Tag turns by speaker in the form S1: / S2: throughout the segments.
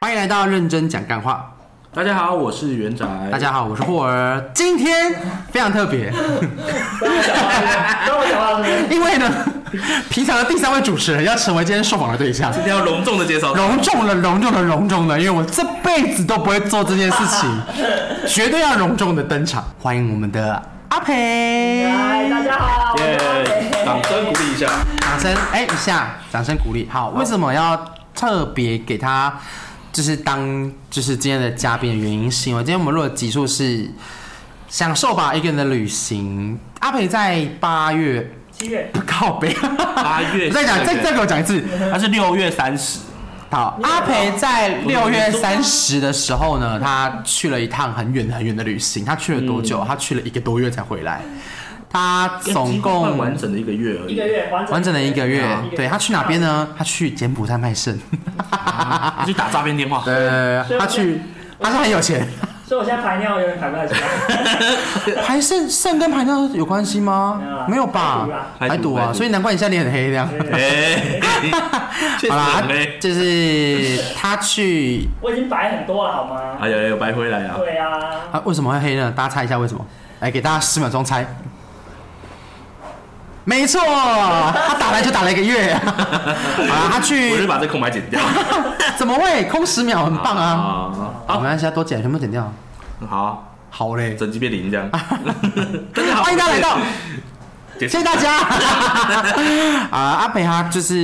S1: 欢迎来到认真讲干话，
S2: 大家好，我是元仔。
S1: 大家好，我是霍儿。今天非常特别，
S3: 跟我讲话是
S1: 因为呢，平常的第三位主持人要成为今天受访的对象，
S2: 今天要隆重的介绍他，
S1: 隆重了，隆重了，隆重了，因为我这辈子都不会做这件事 情，绝对要隆重的登场。欢迎我们的阿培，
S3: 嗨，大家好，我
S2: 耶
S3: 是阿！
S2: 掌
S3: 北
S2: 声鼓励一下。
S1: 掌声哎一下，掌声鼓励。好，为什么要特别给他就是当就是今天的嘉宾的原因，是因为今天我们录的集数是享受吧一个人的旅行。阿培在八月
S3: 七月，
S1: 靠北，
S2: 八月
S1: 我再讲，再再给我讲一次。
S2: 他是六月三十，
S1: 好，阿培在六月三十的时候呢，他去了一趟很远很远的旅行。他去了多
S2: 嗯
S1: 久？他去了一个多月才回来。他总
S2: 几乎快
S1: 共
S2: 完整的一个月而
S3: 一
S2: 已
S3: 个。月完整
S1: 完整的一个月
S3: 啊。
S1: 对他去哪边？呢？他去柬埔寨卖 肾。
S2: 他去打诈骗电话，
S1: 对，呃他去，他是很有 钱。
S3: 所以我现在排尿有点排不太出来。
S1: 还肾肾跟排尿有关系
S3: 没有
S1: 吗
S3: 啊？
S1: 没有吧？
S2: 排毒啊
S1: 排毒
S2: 排
S1: 啊，
S2: 毒
S1: 所以难怪你现在脸很黑这样。
S2: 哎，确实
S1: 好啦
S2: 很累，。
S1: 就是他去
S3: 我已经白很多了，好吗？
S2: 哎呀，有白回来啊！
S3: 对啊，
S1: 啊，为什么会黑呢？大家猜一下为什么？来，给大家十秒钟猜。没错，他打篮球打了一个月。 好啦，他
S2: 我就
S1: 去
S2: 把这空白剪掉。
S1: 怎么会空十秒？很棒啊！
S2: 啊！
S1: 好，没关系，要多剪，全部剪掉。
S2: 好，
S1: 好嘞，
S2: 整机变零这样。大家好，
S1: 欢迎大家来到，
S2: 谢
S1: 谢谢大。 家。啊，阿培他就是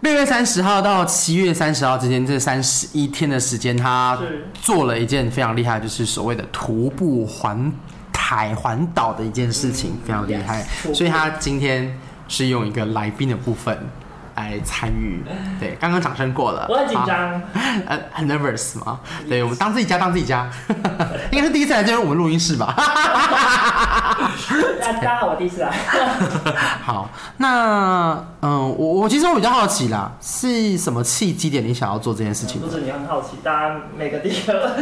S1: 六月三十号到七月三十号之间这三十一天的时间，他
S3: 是
S1: 做了一件非常厉害，就是所谓的徒步环台环岛的一件事情，非常厉害
S3: yes，。
S1: 所以他今天是用一个来宾的部分来参与。对，刚刚掌声过了，
S3: 我很紧
S1: 好。
S3: 张。
S1: 呃，很 nervous 嘛，对我们当自己家当自己 家，应该是第一次来这边我们录音室吧。
S3: 大家好，我第一次来。
S1: 好，那嗯，我我其实我比较好奇啦，是什么契机点你想要做这件事情
S3: 不
S1: 的？
S3: 是你很好奇，大家每个第一个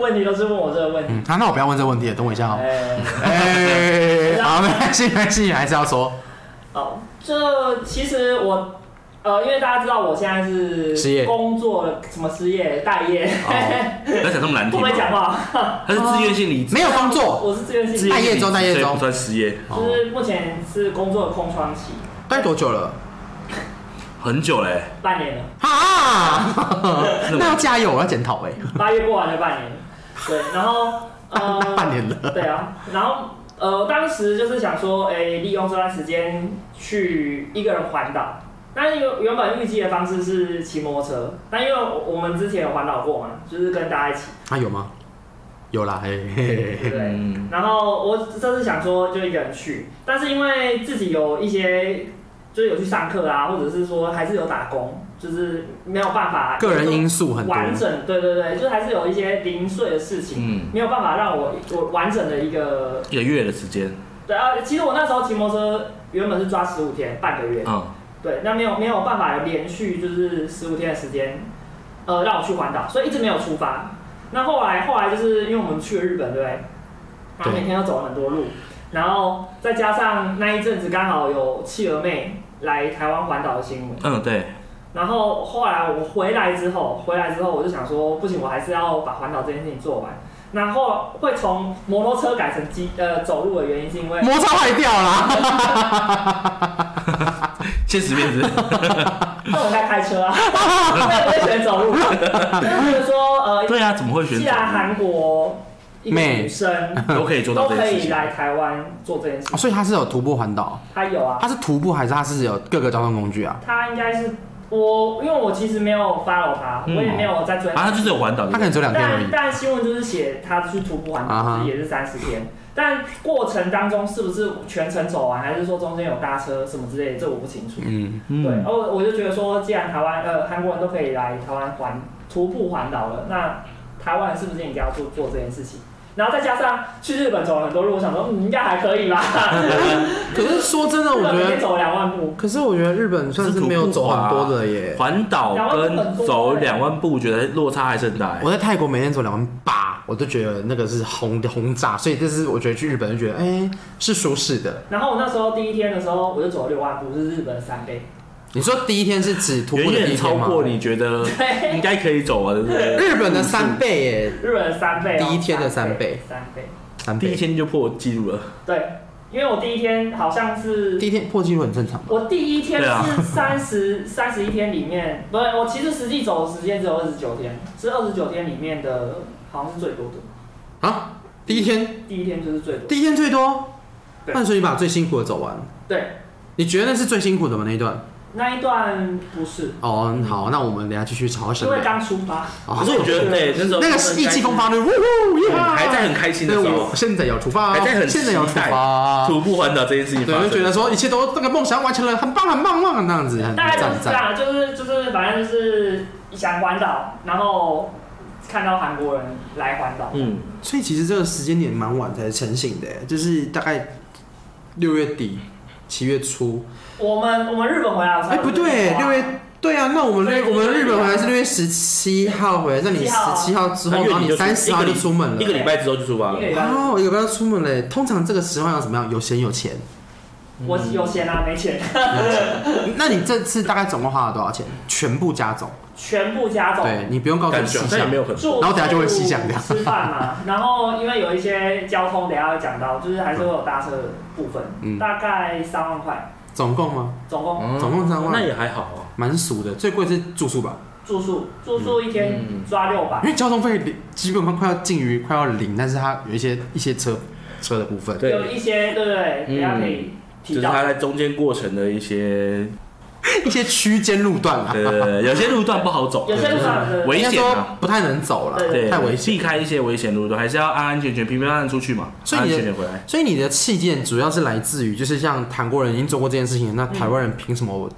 S3: 问题都是问我这个问题。
S1: 嗯，啊，那我不要问这个问题了，等我一下哦。
S3: 哎，
S1: 哎，好， 没关系，没关系，还是要说
S3: 好，哦这其实我。呃，因为大家知道我现在是
S1: 失业
S3: 工作什么失业、待业，
S1: 哦
S2: 不要讲这么难听
S3: 会不会讲
S2: 嘛。
S3: 话？
S2: 他是自愿性离职，
S1: 没有工作，
S3: 我是自愿性
S2: 自愿
S1: 待
S2: 性
S1: 业中
S2: 离职
S1: 待业
S2: 所以
S1: 中
S2: 不算失业，
S3: 就是目前是工作的空窗期，
S1: 待多久了？
S2: 很久嘞。
S3: 半年了，
S1: 啊，那要加油，我要检讨哎，
S3: 八月过完了半年，对，然后呃，
S1: 半年了，
S3: 对啊，然后呃，当时就是想说，哎、利用这段时间去一个人环岛。那原原本预计的方式是骑摩托车，那因为我们之前有环岛过嘛，就是跟大家一起，
S1: 啊有吗？有啦，哎嘿嘿
S3: 对
S1: 嘿
S3: 不对？
S2: 嗯，
S3: 然后我这次想说就一个人去，但是因为自己有一些就是有去上课啊，或者是说还是有打工，就是没有办法
S1: 个人因素很多，
S3: 完整，对对对，就是还是有一些零碎的事情，
S2: 嗯
S3: 没有办法让我我完整的一个
S2: 一个月的时间，
S3: 对啊。其实我那时候骑摩托车原本是抓十五天，半个月，
S2: 嗯，
S3: 对，那没有没有办法连续就是十五天的时间，呃，让我去环岛，所以一直没有出发。那后来后来就是因为我们去了日本，对不对？然后每天都走了很多路，然后再加上那一阵子刚好有企鹅妹来台湾环岛的新闻。
S2: 嗯，对，
S3: 然后后来我回来之后，回来之后我就想说，不行，我还是要把环岛这件事情做完。然后会从摩托车改成机呃走路的原因，是因为
S1: 摩擦坏掉啦，
S2: 现实面是，
S3: 那我在开车 啊，我也选走路。那就是说 呃，
S2: 对啊，怎么会选
S3: 既
S2: 择
S3: 然韩国一个
S1: 妹
S3: 女生
S2: 都可以做
S3: 都
S2: 到这
S3: 可
S2: 件事
S3: 以
S2: 情？
S3: 来台湾做这件事
S1: 哦，所以他是有徒步环岛，
S3: 她有啊，
S1: 他是徒步还是他是有各个交通工具啊？
S3: 她应该是我，因为我其实没有 follow 她，我
S2: 嗯
S3: 也没有在追她。
S2: 啊，他就是有环岛
S1: 他可能
S2: 的，
S1: 只有两天而
S3: 但
S1: 已。
S3: 但新闻就是写他去徒步环
S1: 啊
S3: 岛，
S1: 哈
S3: 就是也是三十天，但过程当中是不是全程走完，还是说中间有搭车什么之类的，这我不清楚。
S1: 嗯，
S3: 对，
S2: 嗯
S3: 然，后我就觉得说，既然台湾呃韩国人都可以来台湾环徒步环岛了，那台湾人是不是也应该要做做这件事情？然后再加上去日本走了很多路，我想说，嗯，应该还可以吧。
S1: 可是说真的，
S3: 日
S1: 我觉
S3: 本每
S1: 得
S3: 天走了两万步，
S1: 可是我觉得日本算是没有走很多的耶，
S2: 环岛跟走两万步，觉得落差还是很大欸。
S1: 我在泰国每天走两万八，我都觉得那个是轰轰炸，所以这是我觉得去日本就觉得，哎、是舒适的。
S3: 然后我那时候第一天的时候，我就走了六万步，是日本的三倍。
S1: 你说第一天是指徒步
S2: 远
S1: 的第
S2: 远
S1: 一
S2: 超
S1: 天吗？
S2: 过你觉得应该可以走完的，对不对？
S1: 日本的三倍耶，
S3: 日本的三倍哦、
S1: 第一天的
S3: 三
S1: 三倍，
S3: 三倍。
S1: 三倍。
S2: 第一天就破纪录了，
S3: 对，因为我第一天好像是
S1: 第一天破纪录很正常吧？
S3: 我第一天
S2: 对啊
S3: 是三十三十一天里面，不是我其实实际走的时间只有二十九天，是二十九天里面的，好像是最多的。
S1: 啊，第一天，
S3: 第一天就是最多。
S1: 第一天最多。
S3: 对
S1: 那所以你把最辛苦的走完，
S3: 对，
S1: 你觉得那是最辛苦的吗？那一段？
S3: 那一段不是，
S1: 哦，好，那我们等一下继续好好审
S3: 因为
S1: 美。
S3: 刚出发，
S1: 哦
S2: 可是我觉得对那时候
S1: 那个是意气风发的，呜呼，耶
S2: 嗯还在很开心的时
S1: 对，
S2: 候
S1: 我，现在要出发，哦
S2: 还在很
S1: 现在要出发，
S2: 徒步环岛这件事情
S1: 对，
S2: 发
S1: 就
S2: 生，
S1: 觉得说一切都那个梦想完成了，很棒，很棒，很棒，那样子，很
S3: 大概就
S1: 赞
S3: 是这
S1: 赞。
S3: 样，就是就是反正就是想环岛，然后看到韩国人来环岛，
S2: 嗯，
S1: 所以其实这个时间点蛮晚才成型的，就是大概六月底、七月初。
S3: 我们我们日本回来的时候，
S1: 哎，不对，六月。对啊，那我们六我们日本回来是六月十七号回来，那你
S3: 17
S1: 十
S3: 号
S1: 七号之后，然后你三十号就出门
S2: 一个
S1: 了。
S2: 礼拜之后就出发
S3: 一个
S2: 了，
S3: 礼拜，
S1: 哦，有没有出门嘞？通常这个时候要怎么样？有闲有 钱。
S3: 我有钱啊，没钱，
S1: 那你这次大概总共花了多少钱？全部加总，
S3: 全部加总。
S1: 对你不用告诉我
S2: 哦感觉
S1: 细
S2: 好像也
S1: 项
S2: 没。有很多，
S3: 住
S1: 然后等下就会细想这样
S3: 吃 饭嘛，然后因为有一些交通，等下会讲到，就是还是会有搭车的部分，
S1: 嗯哦
S3: 大概三万块，
S1: 总共吗？
S3: 总共
S2: 嗯
S1: 总共三万
S2: 那也还好啊，
S1: 蛮俗的，最贵是住宿吧，
S3: 住宿住宿一天
S2: 嗯
S3: 抓六百
S1: 因，为交通费零基本上快要近于快要零，但是它有一些一些车车的部 分。
S2: 对
S3: 有一些对不对？等下可以
S2: 就
S3: 提
S2: 是
S1: 嗯
S3: 到
S2: 它。在中间过程的一些，
S1: 一些区间路段啦，
S2: 呃，有些路段不好走，
S3: 有些路段
S2: 对
S3: 对
S2: 危
S1: 应该
S2: 险
S1: 说
S2: 啊。
S1: 不太能走了，
S2: 对，
S1: 太危险。
S2: 避开一些危险路段，还是要安安全全、平平安安出去嘛，
S1: 所以
S2: 安
S1: 你
S2: 安
S1: 的
S2: 全全回来。
S1: 所以你的气垫主要是来自于，就是像韩国人已经做过这件事情，那台湾人凭什么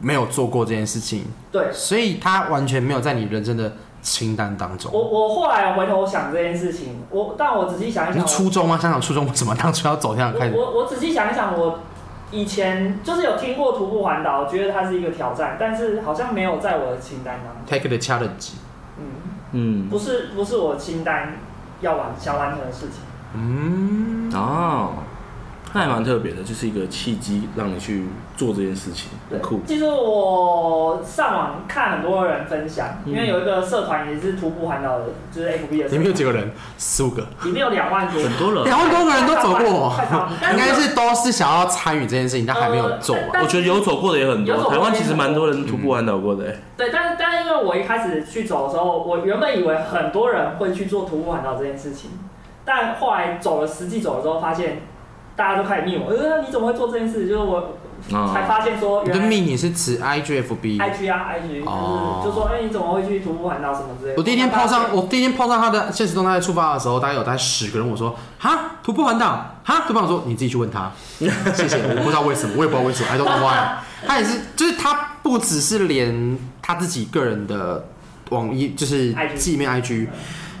S1: 没有做过这件事情？
S3: 对
S1: 所以他完全没有在你人生的清单当中。
S3: 我我后来回头想这件事情，我但我仔细想一
S1: 你
S3: 想
S1: 是，初中啊，想想初中为什么当初要走这样
S3: 我
S1: 开始？
S3: 我我仔细想一想，我以前就是有听过徒步环岛，觉得它是一个挑战，但是好像没有在我的清单当中。
S1: Take the challenge。
S3: 嗯，
S2: 嗯，
S3: 不是不是我清单要完想完成的事情。
S1: 嗯，
S2: 哦，那还蛮特别的，就是一个契机让你去做这件事情，很酷。
S3: 其实我上网看很多人分享，
S2: 嗯
S3: 因为有一个社团也是徒步环岛的，就是 FB 的社
S1: 里面有
S3: 团，
S1: 几个人？十五个，
S3: 里面有两万多人
S2: 很。多人，
S1: 两万多个人都走过
S3: 快上，
S1: 应该是都是想要参与这件事情，但还没有做完。
S2: 我觉得有走过的也很
S3: 有
S2: 多，
S3: 走过
S2: 台
S3: 的也
S2: 湾其实蛮多人徒步环岛过的、欸。
S3: 对，但是但是因为我一开始去走的时候，我原本以为很多人会去做徒步环岛这件事情，但后来走了实际走了之后，发现大家都开始密我，呃，你怎么会做这件事？就是我
S1: 哦
S3: 才
S2: 啊，
S3: 发现说，
S1: 你的
S3: 原来
S1: 命你是指呃 I G F B。
S3: IG 啊 IG，
S1: 哦
S3: 就是就说，哎，你怎么会去徒步环岛什么之类的。
S1: 我第一天
S3: 发
S1: 抛
S3: 现
S1: 上，我第一天抛上他的现实动态出发的时候，大概有大概十个人，我说哈徒步环岛，哈对方说你自己去问 他，谢谢，我不知道为什么，我也不知道为什么，I don't know why。他也是，就是他不只是连他自己个人的网页，就是
S3: IG
S1: 界面 IG，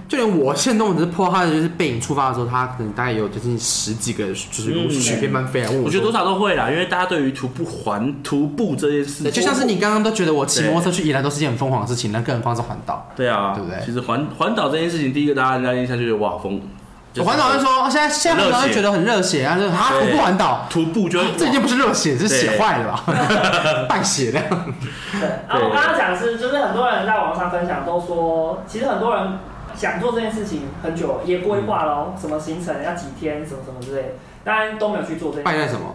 S1: 就连我现动只是破他的就是背影出发的时候，他可能大概有接近十几个，就是如
S2: 嗯
S1: 雪片般飞来问
S2: 我觉得多
S1: 说。
S2: 少都会啦，因为大家对于徒步环徒步这件事
S1: 对
S2: 情，
S1: 就像是你刚刚都觉得我骑摩托车去宜兰都是件很疯狂的事情，那更何况是环岛。
S2: 对啊，
S1: 对不对
S2: 其实环环岛这件事情，第一个大家人家印象就是哇风，就是
S1: 我环岛就说，哦现在现在环岛就觉得很热血啊，就是啊，
S2: 对
S1: 徒步环岛，
S2: 徒步就会
S1: 这已经不是热血，这是
S2: 对
S1: 血坏了吧？败血的。
S3: 对，然后我刚刚讲的是，就是很多人在网上分享都说，其实很多人想做这件事情很久了，也规划喽，
S1: 嗯
S3: 什么行程要几天，什么什么之类的，当然都没有去做这
S1: 败
S3: 件
S1: 在
S3: 事
S1: 什么？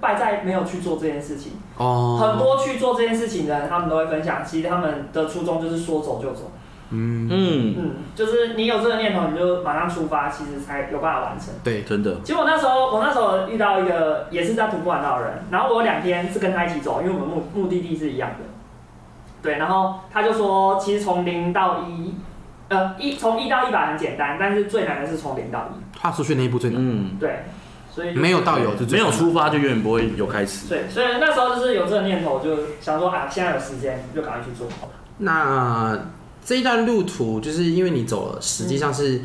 S3: 败在没有去做这件事情。
S1: 哦，
S3: 很多去做这件事情的人，他们都会分享，其实他们的初衷就是说走就走，
S1: 嗯，
S2: 嗯，
S3: 嗯，就是你有这个念头，你就马上出发，其实才有办法完成。
S1: 对，
S2: 真的，
S3: 其实我那时候，我那时候遇到一个也是在徒步环岛的人，然后我有两天是跟他一起走，因为我们目目的地是一样的。对，然后他就说，其实从零到一，呃，一从一到一百很简单，但是最难的是从零到一。
S1: 跨出去那一步最难，
S2: 嗯，
S3: 对，所以就
S1: 没有到有就
S2: 没有出发就永远不会有开始。
S3: 对，所以那时候就是有这个念头，就想说啊，现在有时间就赶快去做。
S1: 那这一段路途，就是因为你走了，实际上是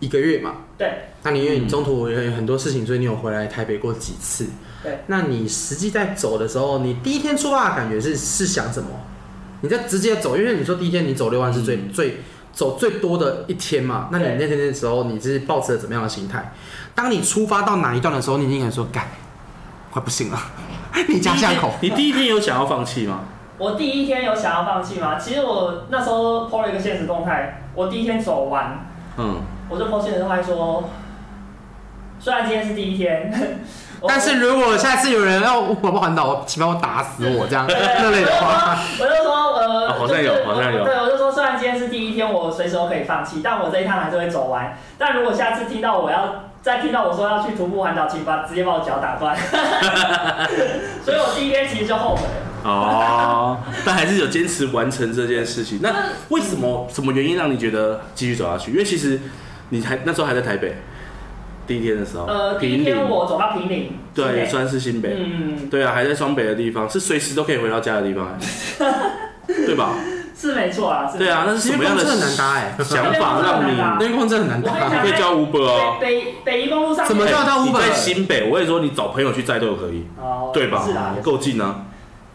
S1: 一个月嘛。
S3: 对。
S1: 那你因为你中途有很多事情，所以你有回来台北过几次。
S3: 对。
S1: 那你实际在走的时候，你第一天出发的感觉是是想什么？你在直接走，因为你说第一天你走六万是最、
S2: 嗯
S1: 最走最多的一天嘛，那你
S3: 对
S1: 那天的时候，你是抱持了怎么样的心态？当你出发到哪一段的时候，你已经很说，干，快不行了， 你家巷 口，
S2: 你第一天有想要放弃吗？
S3: 我第一天有想要放弃吗？其实我那时候 PO 了一个现实动态，我第一天走完，
S2: 嗯，
S3: 我就 PO 现实动态说，虽然今天是第一天，我
S1: 但是如果下次有人要我不环岛，请帮我打死我这 样那类的话，
S3: 我就说，呃，
S2: 哦好像有
S3: 就是我
S2: 好像有
S3: 对，我就说，虽然今天是第一天，我随时都可以放弃，但我这一趟还是会走完。但如果下次听到我要再听到我说要去徒步环岛，请把直接把我脚 打断。所以我第一天其实就后悔了。
S2: 哦，但还是有坚持完成这件事情。那为什么什么原因让你觉得继续走下去？因为其实你还那时候还在台北，第一天的时候，
S3: 呃，第一天我走到平岭，
S2: 对，也
S3: 新北
S2: 算是新北，
S3: 嗯，
S2: 对啊，还在双北的地方，是随时都可以回到家的地方，欸 对吧？
S3: 是没错啊，是没错
S2: 对啊，，那是什么样的
S1: 因为公车很难搭哎
S2: 想法让你？
S1: 那边公真的很难
S3: 我跟你
S1: 打
S3: 讲。
S2: 你可以叫 Uber 哦。
S3: 北北北宜公路上
S1: 怎么
S3: 面
S1: 叫到
S2: 你
S1: Uber？
S2: 在新北，我跟你说，你找朋友去载都可以，
S3: 哦
S2: 对吧
S3: 是啊，？
S2: 够近啊。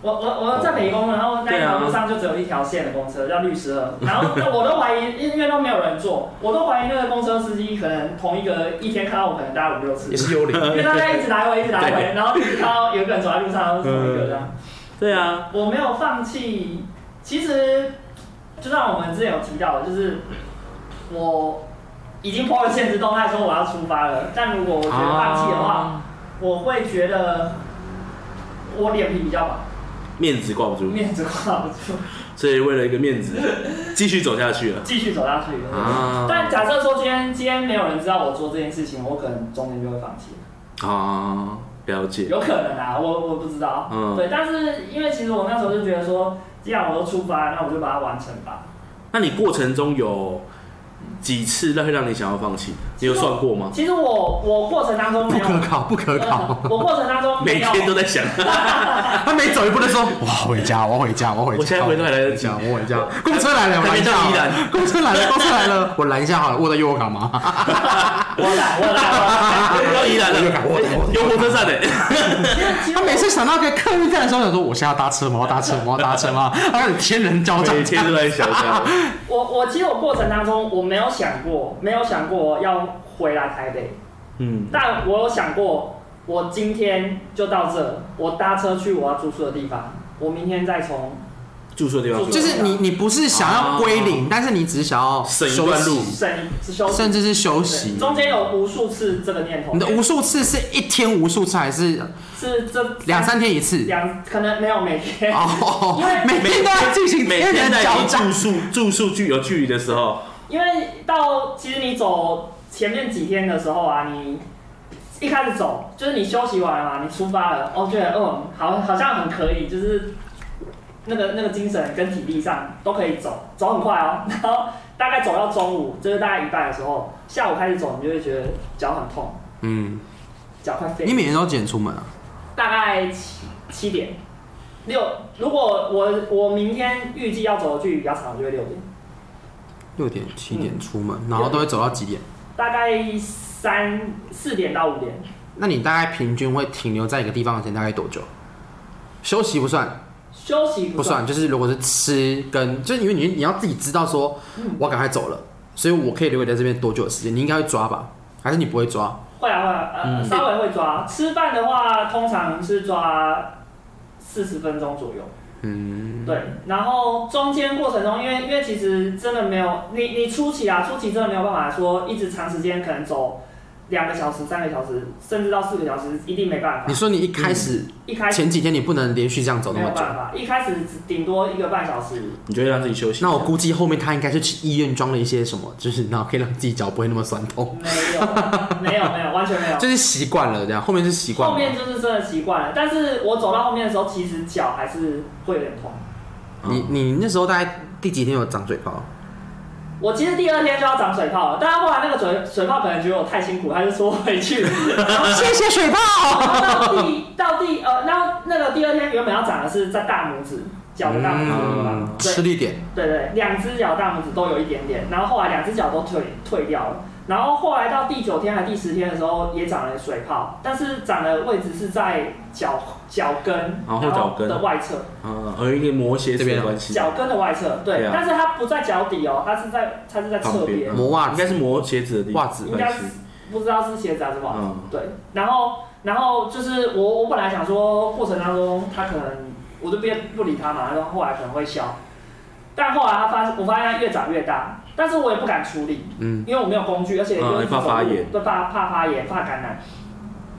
S3: 我我我在北宜公路，然后那一
S1: 啊
S3: 条路上就只有一条线的公车，叫绿十二，然后我都怀疑，因为都没有人坐，我都怀疑那个公车司机可能同一个一天看到我可能搭五六次
S1: 也，是幽灵，
S3: 因为大家一直来回一直来回，然后一直看到有一个人走在路上，然后是同一
S1: 嗯
S3: 个这样。
S2: 对啊，
S3: 我没有放弃，其实就像我们之前有提到的，就是我已经抛了现实动态说我要出发了，但如果我觉得放弃的话，
S1: 啊
S3: 我会觉得我脸皮比较薄，
S2: 面子挂不住，
S3: 面子挂不住，
S2: 所以为了一个 面子，继续走下去了。
S3: 继续走下去。
S1: 啊
S3: 但假设说今天今天没有人知道我做这件事情，我可能中间就会放弃，
S2: 啊，了解。
S3: 有可能啊，我我不知道。
S2: 嗯
S3: 对，但是因为其实我那时候就觉得说，既然我都出发，那我就把它完成吧。
S2: 那你过程中有几次让会让你想要放弃？你有算过吗？
S3: 其实我我过程当中没
S1: 不
S3: 有，呃
S1: 可靠，不可靠。
S3: 我过程当中
S2: 每
S3: 没有，
S2: 天都在想，
S1: 他每走一步都说：“我要回家，我要回家，我要回家。”
S2: 我现在回都还来得及
S1: 家，我回家。公车来了，我拦一下好
S2: 还没到宜
S1: 了。公车来了，公车来了，我拦一下好了。我的悠游卡吗？
S3: 我来我来我来。
S2: 到宜 兰
S1: 我有感
S2: 了
S1: 我有感我有，感
S2: 有火车站欸的。
S3: 其实其实
S1: 他 每次想到一个客运站的时候，想说：“我现在要搭车吗？我要搭车吗？我要搭车吗？”他很天人交战
S2: 每。天都在想 这样。
S3: 我我其实我过程当中我没有想过，没有想过要回来台北，
S2: 嗯，
S3: 但我有想过，我今天就到这，我搭车去我要住宿的地方，我明天再从
S2: 住宿的地方
S3: 住
S1: 就
S3: 宿
S1: 是你，你不是想要归零，但是你只是想要
S2: 啊省一段
S1: 休
S2: 路
S1: 息，
S3: 省休息，
S1: 甚至是休息
S3: 对。中间有无数次这个念头，
S1: 你的无数次是一天无数次，还是
S3: 是这
S1: 两三天一次？
S3: 两可能没有每天，
S1: 哦
S3: 因为，
S1: 每天都在进行
S2: 每
S1: 天
S2: 天
S1: 人
S2: 在
S1: 交
S2: 离
S1: 战
S2: 住。宿住宿距有距离的时候，
S3: 因为到其实你走前面几天的时候啊，你一开始走就是你休息完了嘛，你出发了，哦，觉得嗯，好，好像很可以，就是那个那个精神跟体力上都可以走，走很快哦。 然后大概走到中午，就是大概一半的时候，下午开始走，你就会觉得脚很痛，
S1: 嗯，
S3: 脚快废
S1: 你。每天都几点出门啊？
S3: 大概七七点六，如果我我明天预计要走的距离比较长，我就会六点，
S1: 六点七点出门，然后都会走到几点？
S3: 大概三四点到五点。
S1: 那你大概平均会停留在一个地方的时间大概多久？休息不算，
S3: 休息
S1: 不算，就是如果是吃跟，就是因为你你要自己知道说，我要赶快走了，所以我可以留给在这边多久的时间？你应该会抓吧？还是你不会抓？
S3: 会啊会啊，呃，
S2: 嗯
S3: 稍微会抓。吃饭的话，通常是抓四十分钟左右。嗯，对。然后中间过程中，因为因为其实真的没有你你初期啊，初期真的没有办法说一直长时间可能走两个小时、三个小时，甚至到四个小时，一定没办
S1: 你
S3: 法。
S1: 说你一开始、
S3: 一开始
S1: 前几天你不能连续这样走那
S3: 没有
S1: 么久，
S3: 办法，一开始顶多一个半小时。
S2: 你就会让自己休息。
S1: 那我估计后面他应该是去医院装了一些什么，就是然后可以让自己脚不会那么酸痛，
S3: 没有，没有，没有，完全没有。
S1: 就是习惯哦了这样，后面是习惯
S3: 后
S1: 了。
S3: 面就是真的习惯了，但是我走到后面的时候，其实脚还是会有点痛。
S2: 啊
S1: 你你那时候大概第几天有长嘴泡？
S3: 我其实第二天就要长水泡了，但是后来那个水水泡可能觉得我太辛苦，他就缩回 去。
S1: 谢谢水泡。
S3: 然后到第到第呃，那那个第二天原本要长的是在大拇指，脚的大拇指地方，
S2: 嗯
S3: 对
S1: 吃力点，
S3: 对对，两只脚大拇指都有一点点，然后后来两只脚都退退掉了，然后后来到第九天还第十天的时候也长了水泡，但是长的位置是在脚脚跟，
S2: 然后哦脚跟
S3: 的外侧，
S2: 啊，有一点磨鞋子
S1: 这边
S2: 的
S1: 啊
S2: 关系，
S3: 脚跟的外侧，对，
S2: 对啊
S3: 但是它不在脚底哦，它是在它是在侧
S2: 旁
S3: 边
S2: 边，嗯
S1: 磨袜子
S2: 啊应该是磨鞋子的地方
S1: 袜子
S3: 应该
S2: 关系
S3: 是不知道是鞋子还是袜子，
S2: 嗯
S3: 对，然后然后就是我我本来想说过程当中他可能我就别不理他嘛，然后后来可能会笑，但后来他发我发现他越长越大，但是我也不敢处理，
S1: 嗯，
S3: 因为我没有工具，而且
S2: 嗯
S3: 又是
S2: 怕
S3: 走路
S2: 发炎
S3: 对，怕怕发炎，怕感染，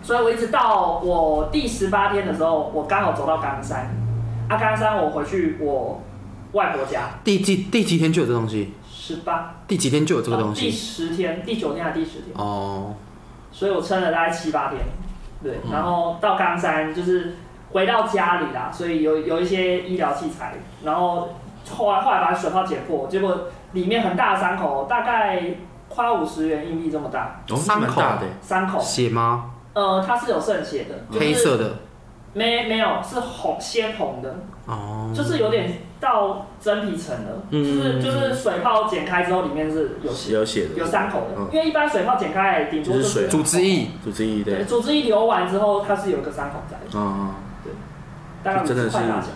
S3: 所以我一直到我第十八天的时候，我刚好走到冈山，啊，冈山我回去我外婆家
S1: 第几第几天就有这东西？
S3: 十八，啊
S1: 第几天就有这个东
S3: 第
S1: 西？
S3: 十天，第九天还是第十天？
S1: 哦，
S3: 所以我撑了大概七八天，对，
S1: 嗯
S3: 然后到冈山就是回到家里啦，所以有有一些医疗器材，然后后来后来把水泡解破，结果里面很大的伤口，大概快五十元硬币这么大，
S2: 哦
S1: 伤口
S2: 蛮大的，
S3: 伤口，
S1: 血吗？
S3: 呃，它是有渗血的，就是
S1: 黑色的
S3: 没没有是红鲜红的，
S1: 哦，
S3: 就是有点到真皮层了，就
S2: 嗯
S3: 是就是水泡剪开之后里面是有血
S2: 有血的，
S3: 有伤口的，
S2: 嗯
S3: 因为一般水泡剪开来顶多
S2: 就是
S3: 就
S2: 水
S3: 是
S2: 啊
S1: 组织液，
S2: 组织液
S3: 对，
S2: 对，
S3: 组织一流完之后，它是有一个伤口在的。
S2: 啊，
S3: 大概五十块大奖，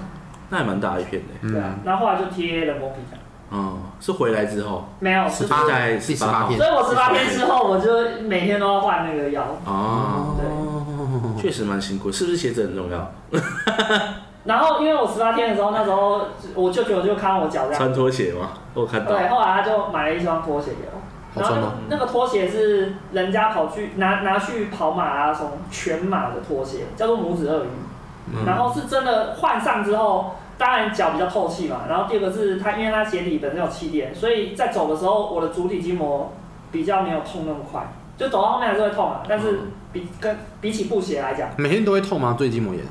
S2: 那还蛮大一片的，
S3: 对啊
S1: 嗯，，
S3: 然后后来就贴人工皮卡，
S2: 嗯，是回来之后，
S3: 没有
S2: 是
S3: 十八，
S1: 18
S2: 在
S1: 第
S2: 18
S1: 18片
S2: 号
S3: 所以我十八天之后我就每天都要换那个药，
S2: 啊，
S1: 哦，
S2: 确实蛮辛苦，是不是鞋子很重要？
S3: 然后因为我十八天的时候，那时候我舅舅就看到我脚这样，
S2: 穿拖鞋吗？我有看到，
S3: 啊对，后啊来他就买了一双拖鞋给
S1: 好
S3: 我，然后
S1: 穿
S3: 那
S1: 吗
S3: 个？那个拖鞋是人家跑去拿拿去跑马拉松全马的拖鞋，叫做拇指鳄鱼，
S1: 嗯
S3: 然后是真的换上之后，当然脚比较透气嘛。然后第二个是它，因为它鞋底本身有气垫，所以在走的时候，我的足底筋膜比较没有痛那么快，就走到后面还是会痛啊。但
S1: 嗯
S3: 是比跟比起布鞋来讲，
S1: 每天都会痛吗？最筋膜炎，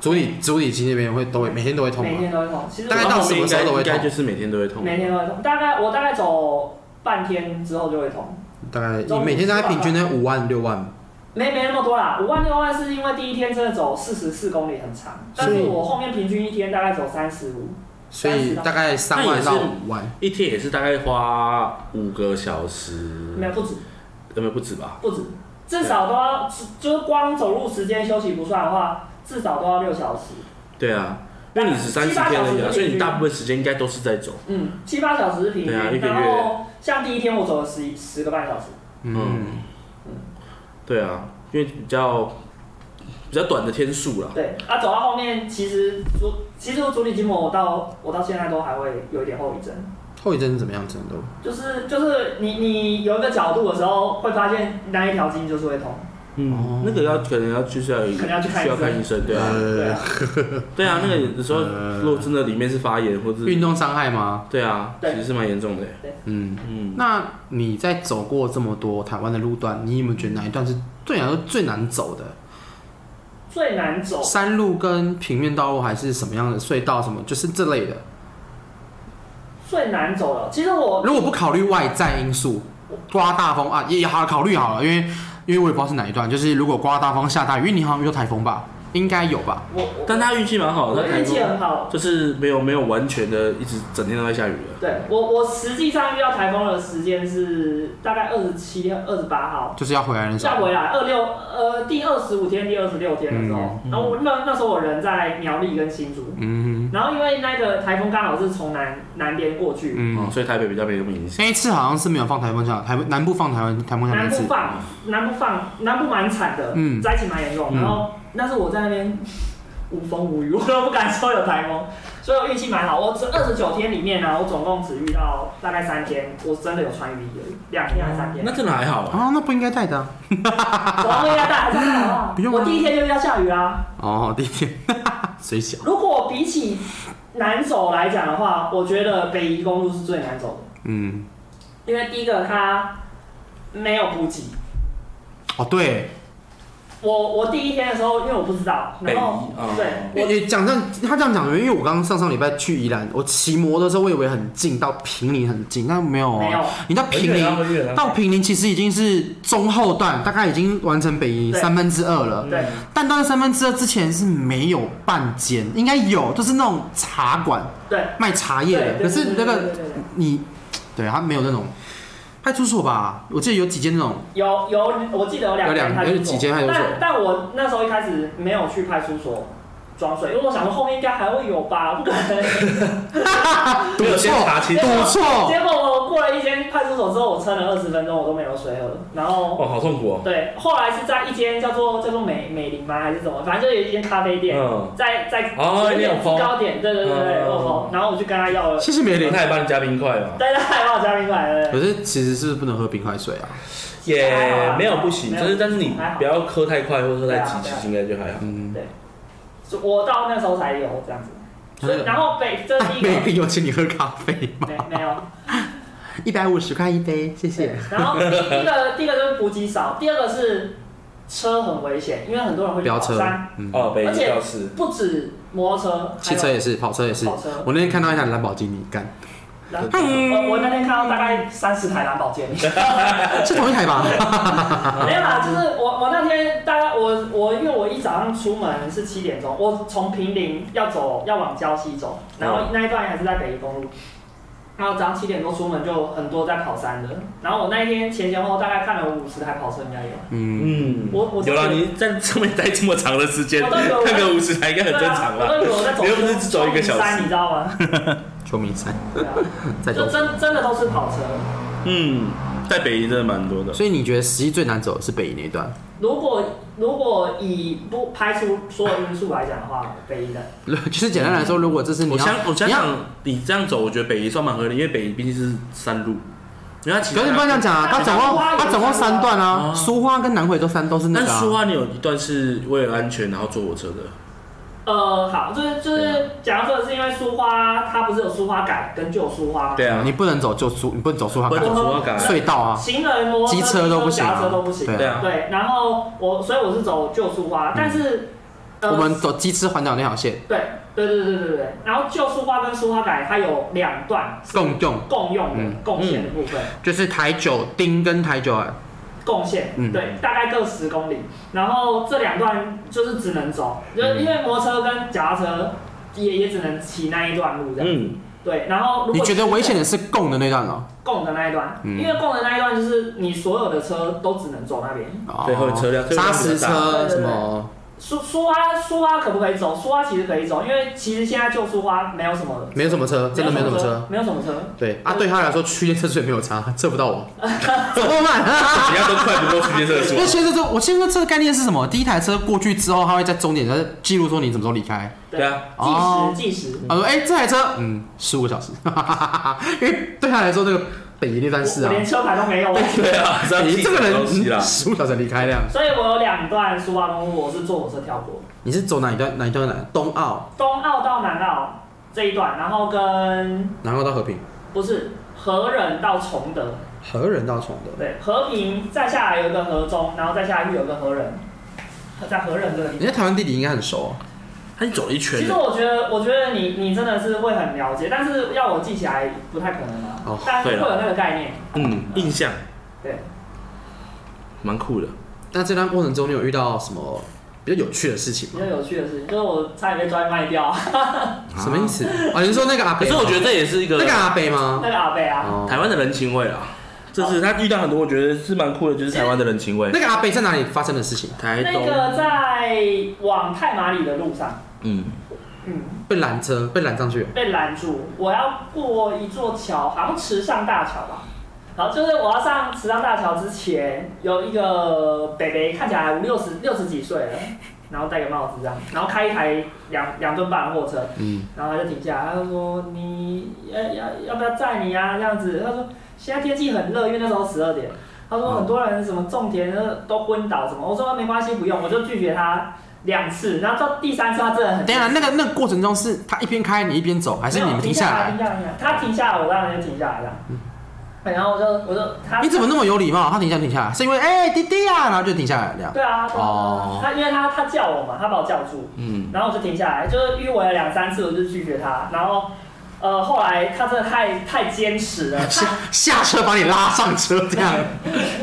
S1: 足底足底肌那边会都会每天都会痛
S3: 每
S1: 吗？
S3: 天都会痛。其实
S1: 大概
S3: 我
S1: 到什么时候都会痛
S2: 应该就是每天都会痛，
S3: 每天都会痛，大概我大概走半天之后就会痛，
S1: 大概你每天大概平均在五万六万，
S3: 没没那么多啦。五万六万是因为第一天真的走四十四公里很长，但
S1: 所
S3: 是
S1: 以
S3: 我后面平均一天大概走三十五。
S1: 所以大概三万到五万。
S2: 一天也是大概花五个小时，
S3: 没有不止
S2: 有没有不止吧？
S3: 不止，至少都要，就是光走路时间休息不算的话，至少都要六小时。
S2: 对啊，因为你只三十天而已啊，所以你大部分时间应该都是在走。
S3: 嗯，七八小时是平均，
S2: 对啊一个月
S3: 然后像第一天我走了十一十个半小时，
S1: 嗯，
S2: 对啊，因为比较比较短的天数啦。
S3: 对，啊，走到后面其实足，其实我足底筋膜我到我到现在都还会有一点后遗症，
S1: 后遗症是怎么样子的都？
S3: 就是就是你你有一个角度的时候，会发现那一条筋就是会痛，
S1: 哦
S2: 嗯，那个要可能要就是要
S3: 可能要去看
S2: 需
S3: 医生
S2: 要看医生，对啊，
S3: 对啊，
S2: 对啊，那个有时候
S1: 呃
S2: 如果真的里面是发炎或者
S1: 运动伤害吗？
S2: 对啊，其
S3: 对
S2: 实是蛮严重的欸。
S1: 嗯，
S2: 嗯，
S1: 那你在走过这么多台湾的路段，你有没有觉得哪一段是对你来说最难走的？
S3: 最难走。
S1: 山路跟平面道路还是什么样的隧道什么，就是这类的。
S3: 最难走了，其实我
S1: 如果不考虑外在因素，刮大风啊，也好考虑好了，因为因为我也不知道是哪一段，就是如果刮大风下大雨，因为你好像遇到台风吧，应该有吧？
S3: 我我
S2: 但他运气蛮好
S3: 我
S2: 的，他台
S3: 运气
S2: 风
S3: 很好，
S2: 就是没有没有完全的一直整天都在下雨了。
S3: 对我，我实际上遇到台风的时间是大概二十七、二十八号，
S1: 就是要回来的时
S3: 再
S1: 候，
S3: 回来二六呃第二十五天、第二十六天的时候，
S2: 嗯
S3: 然后我那那时候我人在苗栗跟新竹，
S1: 嗯
S3: 然后因为那个台风刚好是从南南边过去，
S1: 嗯
S2: 嗯，，所以台北比较没那么影响。
S1: 那一次好像是没有放台风假，台南部放台湾台风假那
S3: 南
S1: 一
S3: 部
S1: 次，
S3: 放南部放南部蛮惨的，
S1: 嗯
S3: 灾情蛮严重，
S1: 嗯
S3: 然后但是我在那边无风无雨，我都不敢说有台风， 所以我运气蛮好，我这二十九天里面呢、我总共只遇到大概三天，我真的有穿雨衣而已，两天还是三天
S2: 那。真的还好啊。
S1: 啊，那不应该带的啊、
S3: 我要压大，还是还好啊
S1: 不用啊
S3: 我第一天就遇到下雨啦、
S1: 哦，第一天， 水小，
S3: 如果比起难走来讲的话，我觉得北宜公路是最难走
S1: 嗯，
S3: 的，因为第一个它没有补给，
S1: 哦对，
S3: 我我第一天的时候，因为我不知道，
S2: 北
S3: 然
S2: 宜
S3: 后
S1: 哦
S2: 啊，
S3: 对
S1: 也也哎讲这样，他这样讲，因为我刚刚上上礼拜去宜兰，我骑摩托的时候，我以为很近，到平林很近，但没有哦。
S3: 没有，
S1: 你到平林，
S4: 很远啊，
S1: 到平林其实已经是中后段，大概已经完成北移
S3: 对
S1: 三分之二了。
S3: 对，
S1: 但到那三分之二之前是没有半间，应该有，就是那种茶馆，
S3: 对，
S1: 卖茶叶的。可是那
S3: 对
S1: 个
S3: 对对对对
S1: 你，对他没有那种派出所吧？我记得有几间那种，
S3: 有有，我记得有两
S1: 有两
S3: 派
S1: 有
S3: 出
S1: 几
S3: 所，
S1: 间派出所
S3: 但但我那时候一开始没有去派出所装水，因为我想说后面应该还会有吧，不可能。
S1: 赌
S4: 没有先
S1: 错，
S4: 查清
S1: 赌
S4: 楚。
S1: 错，
S3: 结果我过了一间派出所之后，我撑了二十分钟，我都没有水喝。然后
S4: 哦，好痛苦哦。
S3: 对，后来是在一间叫做叫做美美林吗还是什么，反正就有一间咖啡店，
S4: 嗯，
S3: 在在
S4: 哦
S3: 有
S4: 那
S3: 点
S4: 种风
S3: 高点，对对对对，
S4: 嗯
S3: 我风。然后我就跟他要 了，
S1: 谢谢梅林。
S4: 他也帮你加冰块
S2: 啊
S4: 嘛，
S3: 但是他还把我加冰块，对对
S1: 可是其实是不是不能喝冰块水啊？
S4: 也没有不行，
S3: 啊没有
S4: 就是但是你
S3: 还好
S4: 不要喝太快或者喝太急，
S3: 对啊
S4: 其实应该就还好。
S1: 嗯，
S3: 对，我到那时候才有这样子。所以然后北这是 第一
S1: 梅
S3: 个
S1: 林有请你喝咖啡吗？
S3: 没没有。
S1: 一百五十块一杯，谢谢。
S3: 然后第第一个第一个就是补给少，第二个是车很危险，因为很多人会去
S1: 飙
S3: 跑
S1: 车
S3: 山，，
S1: 嗯，
S4: 哦，北
S3: 而
S4: 京
S3: 且
S4: 教室，
S3: 不止摩托车，
S1: 汽车
S3: 还有
S1: 也是，跑车也是。
S3: 跑车。
S1: 我那天看到一台兰博基尼，干，
S3: 然后
S1: 嗯
S3: 我我那天看到大概三十台蓝宝坚尼，
S1: 是同一台 吧？啊
S3: 没有啦，就是我我那天大概我我因为我一早上出门是七点钟，我从平林要走要往礁溪走，然
S1: 嗯
S3: 后那一段还是在北宜公路，然后早上七点多出门就很多在跑山的，然后我那一天前前后后大概看了五十台跑车应该有。
S1: 嗯，
S4: 嗯，
S3: 我我
S4: 有了，你在上面待这么长的时间，
S3: 我都有
S4: 看个五十台应该很
S3: 对
S4: 正
S3: 啊，
S4: 常
S3: 我
S4: 吧？
S3: 都以为我在走，
S4: 你又不是只走一个小时
S3: 山，你知道吗？
S1: 秋名山
S3: 对啊，
S1: 在
S3: 就
S1: 走。
S3: 真真的都是跑车。啊
S4: 嗯，
S2: 在北宜真的蛮多的。
S1: 所以你觉得十一最难走的是北宜那一段？
S3: 如果如果以不排除所有因素来讲的话，北一的
S1: 就是简单来说，如果这是你
S2: 我
S1: 要
S2: 想，我想
S1: 你要，
S2: 想，你这样走，我觉得北宜算蛮合理，因为北宜毕竟是山路，因为它其
S1: 可是你不能这样讲啊，它总共它总共三段啊，
S2: 哦
S1: 苏花跟南回都三都是那
S2: 但
S1: 个
S2: 苏
S1: 啊。
S2: 花你有一段是为了安全然后坐火车的，
S3: 呃，好，就是就是讲到这个是因为苏花，它不是有苏花改跟旧苏花吗？
S2: 对啊
S1: 你，不能走就苏，你不能走苏花
S2: 不
S1: 干
S2: 能走苏花改，
S1: 隧道啊，
S3: 行人、摩托
S1: 机车都不行
S3: 脚踏
S1: 啊
S3: 车都不行。
S1: 对嗯
S2: 对啊，
S3: 对，然后我所以我是走旧苏花，但是呃
S1: 我们走机车环岛那条线
S3: 对对对对对对，然后旧苏花跟苏花改它有两段是
S1: 共用，
S3: 共用
S1: 嗯
S3: 的贡献的部分。
S1: 就是台九丁跟台九啊，
S3: 贡献，
S1: 嗯
S3: 对，大概各十公里。然后这两段就是只能走，
S1: 嗯
S3: 就是因为摩托车跟脚踏车也也只能骑那一段路这样。
S4: 嗯，
S3: 对，然后如果
S1: 你觉得危险的是共的那段哦？
S3: 共的那一段，
S1: 嗯
S3: 因为共的那一段就是你所有的车都只能走那边。
S1: 哦
S4: 对，会有车辆，
S1: 砂石车
S3: 对对对
S1: 什么？
S3: 苏苏花苏花可不可以走？苏花其实可以走，因为其实现在旧苏花没有什么，
S1: 没有什么车，真的没有什么车。，
S3: 没有什么车。
S1: 对啊，对他来说，区间测试也没有差，测不到我，啊怎么 办？
S4: 人家都快不过去接厕
S1: 因
S4: 所，
S1: 为先车车，我先车车的概念是什么？第一台车过去之后，它会在终点，它就记录说你什么时候离开。
S4: 对啊，
S1: 哦
S3: 计时计时。
S1: 他说：“哎、这台车，嗯，十五个小时。” 因为对他来说，这个北移那段是
S3: 我
S1: 啊，
S3: 连车牌都没 有。
S4: 对啊，这样
S1: 你哎这个
S4: 东西啦
S1: 人，嗯十五小时离开量。
S3: 所以我有两段苏花公路，我是坐火车跳过。
S1: 你是走哪一段？哪一段来？东澳，
S3: 东澳到南澳这一段，然后跟
S1: 然后到和平，
S3: 不是和仁到崇德，
S1: 和仁到崇德。
S3: 对，和平再下来有一个和中，然后再下去有一个和仁，在和仁这个地
S1: 你
S3: 方。
S1: 在台湾地理应该很熟、哦。
S2: 它你走了一
S3: 其
S2: 圈
S3: 实
S2: 的，
S3: 我觉得，我觉得你你真的是会很了解，但是要我记起来不太可能啊。
S1: 哦
S3: 但是
S2: 对
S3: 会
S2: 了
S3: 有那个概念。
S4: 嗯，
S2: 印象
S3: 对，
S2: 蛮酷的。
S1: 那这段过程中，你有遇到什么比较有趣的事情
S3: 比
S1: 吗？
S3: 较有趣的是，就是我差点被抓去卖掉
S1: 哦
S3: 啊
S1: 什么意思？啊，你是说那个阿
S2: 可
S1: 北
S2: 是
S1: 吗？
S2: 我觉得这也是一个
S1: 那个阿北吗？
S3: 那个阿贝啊，
S1: 哦，
S2: 台湾的人情味啊，这是他遇到很多我觉得是蛮酷的，就是台湾的人情味。
S1: 那个阿北在哪里发生的事情？
S2: 台
S3: 那
S2: 东，
S3: 个在往太马里的路上，
S2: 嗯，
S3: 嗯，
S1: 被拦车，被拦上去了。
S3: 被拦住，我要过一座桥，好像池上大桥吧。好，就是我要上池上大桥之前，有一个北北看起来五六十六十几岁了，然后戴个帽子这样，然后开一台两两吨半的货车，
S1: 嗯，
S3: 然后他就停下来，他就说你要要要不要载你啊这样子，他说现在天气很热，因为那时候十二点，他
S1: 哦
S3: 说很多人什么种田的都昏倒什么，我说没关系不用，我就拒绝他两次，然后到第三次他真的很
S1: 等一下，那个那个过程中是他一边开你一边走，还是你们
S3: 没有
S1: 停下来？嗯
S3: 停下来，停下来，他停下来，我当然就停下来了。哎然后我就我就他
S1: 你怎么那么有礼貌？他停下停下来，是因为哎、弟弟啊，然后就停下来这样。
S3: 对啊，对啊
S1: 哦
S3: 他因为他他叫我嘛，他把我叫住，
S2: 嗯，
S3: 然后我就停下来，就是迂回了两三次，我就拒绝他，然后呃后来他真的太太坚持 了，
S1: 下下车把你拉上车这样，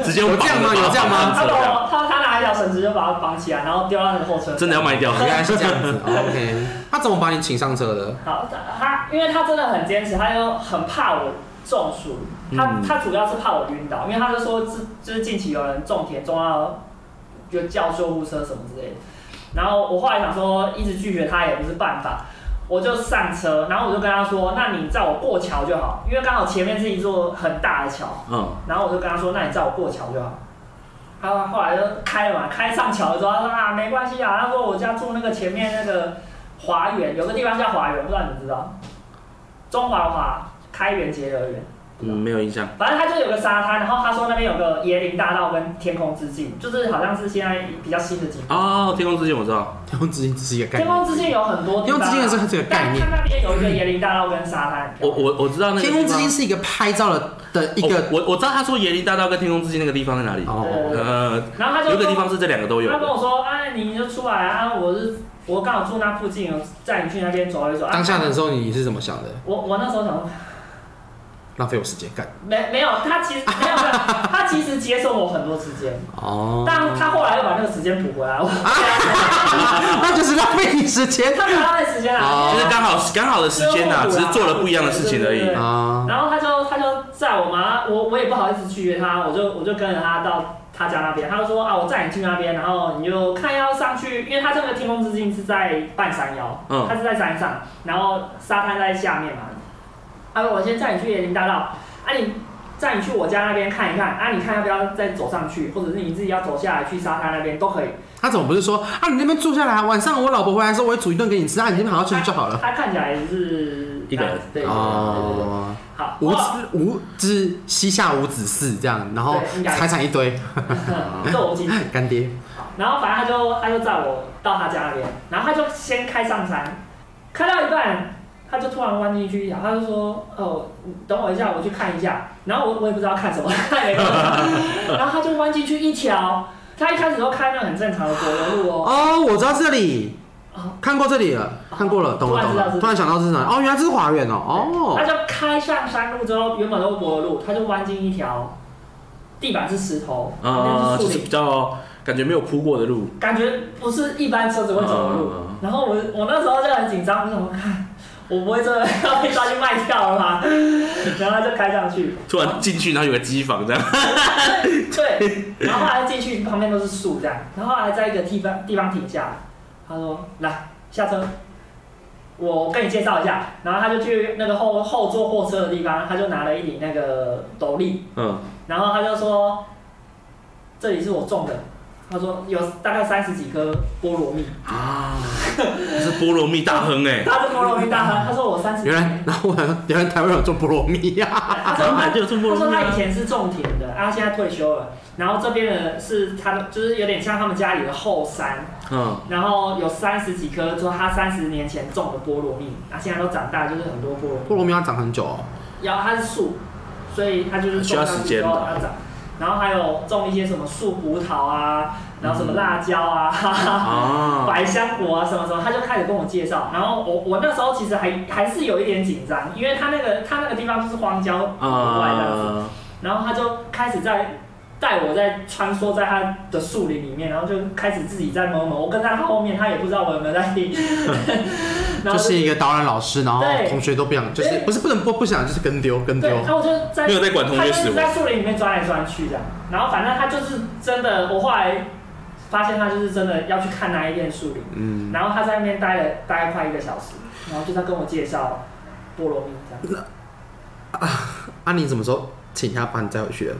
S2: 直接
S1: 有这样吗有这样吗
S3: 他他把
S2: 这样
S3: 我他他拿一条绳子就把我绑起来，然后丢到那个后车，
S2: 真的要卖掉？
S1: 哦原来是这样子。哦 OK，他 怎么把你请上车的？
S3: 好，他因为他真的很坚持，他又很怕我中暑，他、
S2: 嗯
S3: 他主要是怕我晕倒，因为他就说是就是近期有人种田种到就叫救护车什么之类的，然后我后来想说一直拒绝他也不是办法。我就上车，然后我就跟他说：“那你载我过桥就好，因为刚好前面是一座很大的桥。”
S2: 嗯，
S3: 然后我就跟他说：“那你载我过桥就好。”他后来就开了嘛，开上桥的时候，他说：“啊，没关系啊。”他说：“我家住那个前面那个华园，有个地方叫华园，不知道你们知道？中华华开元节而园，
S2: 嗯，没有印象。
S3: 反正他就有个沙滩，然后他说那边有个椰林大道跟天空之境，就是好像是现在比较新的景。
S2: 哦，天空之境我知道，
S1: 天空之境只是一个概
S3: 天
S1: 念，
S3: 空之境有很多地
S1: 天
S3: 方
S1: 空
S3: 啊，
S1: 之境是这个概
S3: 但
S1: 念
S3: 它。那边有一个椰林大道跟沙滩。
S2: 我我我知道那个
S1: 天空之
S2: 地
S1: 境
S2: 方
S1: 是一个拍照的的一
S2: 哦
S1: 个
S2: 我我知道他说椰林大道跟天空之境那个地方在哪里？
S1: 哦，
S2: 呃，
S3: 然后他就
S2: 有一个
S3: 说
S2: 地方是这两个都有
S3: 他跟
S2: 的。
S3: 我说：“啊，你就出来啊，我是我刚好住那附近，带你去那边走一走。啊”
S1: 当下的时候你是怎么想的？
S3: 我我那时候想说，
S1: 浪费我时间干
S3: 没没有，他其实 没有没有，他其实节省我很多时间，
S1: 哦，
S3: 但他后来又把那个时间补回来， 我
S1: 那就是浪费你时间
S3: 他没有浪费时间
S1: 哦
S3: 啊
S2: 就。是
S3: 因为
S2: 刚好刚好的时间啊呐，只是做了不一样的事情而已
S3: 对。
S1: 啊。
S3: 然后他就他就载我妈，我我也不好意思拒绝他，我就我就跟着他到他家那边，他就说啊，我载你去那边，然后你就看要上去，因为他这个天空之境是在半山腰，
S2: 嗯
S3: 它是在山上，然后沙滩在下面嘛。啊，我先载你去椰林大道，啊你载你去我家那边看一看，啊你看要不要再走上去，或者是你自己要走下来去沙滩那边都可以。
S1: 他怎么不是说啊？你那边住下来，晚上我老婆回来的时候，我会煮一顿给你吃，啊，你那边好好休息就好了。
S3: 他看起来是啊
S2: 一个人
S3: 对对对对对对，
S1: 哦，
S3: 好，
S1: 无
S3: 后来
S1: 子无之西夏无子嗣这样，然后
S3: 对应该
S1: 财产一堆，
S2: 啊
S3: 这我记得。
S1: 干爹
S3: 然后反正他就他就载我到他家那边，然后他就先开上山，开到一半，他就突然弯进去一条，他就说：“哦，你等我一下，我去看一下。”然后我我也不知道看什么，他也没跟我讲然后他就弯进去一条，他一开始都开那个很正常的柏油路哦，
S1: 哦，我知道这里
S3: 哦，
S1: 看过这里了，看过了，懂了
S3: 突然
S1: 懂
S3: 知道
S1: 了，
S3: 是
S1: 突然想到这是哪里？哦，原来这是华苑哦，
S3: 他
S1: 哦，
S3: 就开上山路之后，原本都是柏油路，他就弯进一条，地板是石头，
S2: 啊
S3: 那，是
S2: 就
S3: 树
S2: 是
S3: 林
S2: 比，较感觉没有铺过的路。
S3: 感觉不是一般车子会走的路。
S2: 嗯
S3: 然后我我那时候就很紧张，我想说看我不会真的要被抓去卖掉了吧？ 然后他就开上去，
S2: 突然进去，然后有个机房这样。
S3: 对，然后后来进去旁边都是树这样，然后后来在一个地方地方停下来，他说来下车，我跟你介绍一下，然后他就去那个后后座货车的地方，他就拿了一顶那个斗笠，
S2: 嗯，
S3: 然后他就说：“这里是我种的。”他说有大概三十几颗菠萝蜜，
S2: 是菠萝蜜大亨哎，
S3: 他是菠萝蜜大亨。他说我三十，
S1: 原来，然后我想说，原来台湾有做菠萝蜜啊呀，
S3: 他说
S2: 老
S3: 他
S2: 板就有这么
S3: 他
S2: 多
S3: 说
S2: 蜜
S3: 他以
S2: 啊。
S3: 前是种田的，啊，现在退休了。然后这边的是他的，就是有点像他们家里的后山，
S2: 嗯，
S3: 然后有三十几颗，说他三十年前种的菠萝蜜，啊，现在都长大，就是很多菠萝蜜
S1: 菠萝蜜要长很久哦。
S3: 然后它是树，所以它就是
S2: 需
S3: 种
S2: 要
S3: 上
S2: 时
S3: 去
S2: 间
S3: 之后
S2: 吧
S3: 它长，然后还有种一些什么树葡萄啊，然
S2: 嗯
S3: 后什么辣椒啊，哈哈，
S2: 啊，
S3: 百香果啊什么什么，他就开始跟我介绍，然后我我那时候其实还还是有一点紧张，因为他那个他那个地方就是荒郊野外这样子，
S2: 啊，
S3: 然后他就开始在。带我在穿梭在他的树林里面，然后就开始自己在摸摸。我跟在他后面，他也不知道我有没有在 听。然
S1: 就
S3: 后
S1: 是一个导览老师，然后
S3: 对
S1: 同学都不想，就是
S3: 对
S1: 不是不能不不想，就是跟丢跟丢
S3: 对，。然后我就在
S2: 没有在管同
S3: 他
S2: 学哦
S3: 就
S2: 死
S3: 是
S2: 活。
S3: 在树林里面钻来钻去这样，然后反正他就是真的，我后来发现他就是真的要去看那一片树林，
S1: 嗯，
S3: 然后他在那边待了大概快一个小时，然后就在跟我介绍菠萝蜜这样，
S1: 啊，你什么时候请他把你载回去的？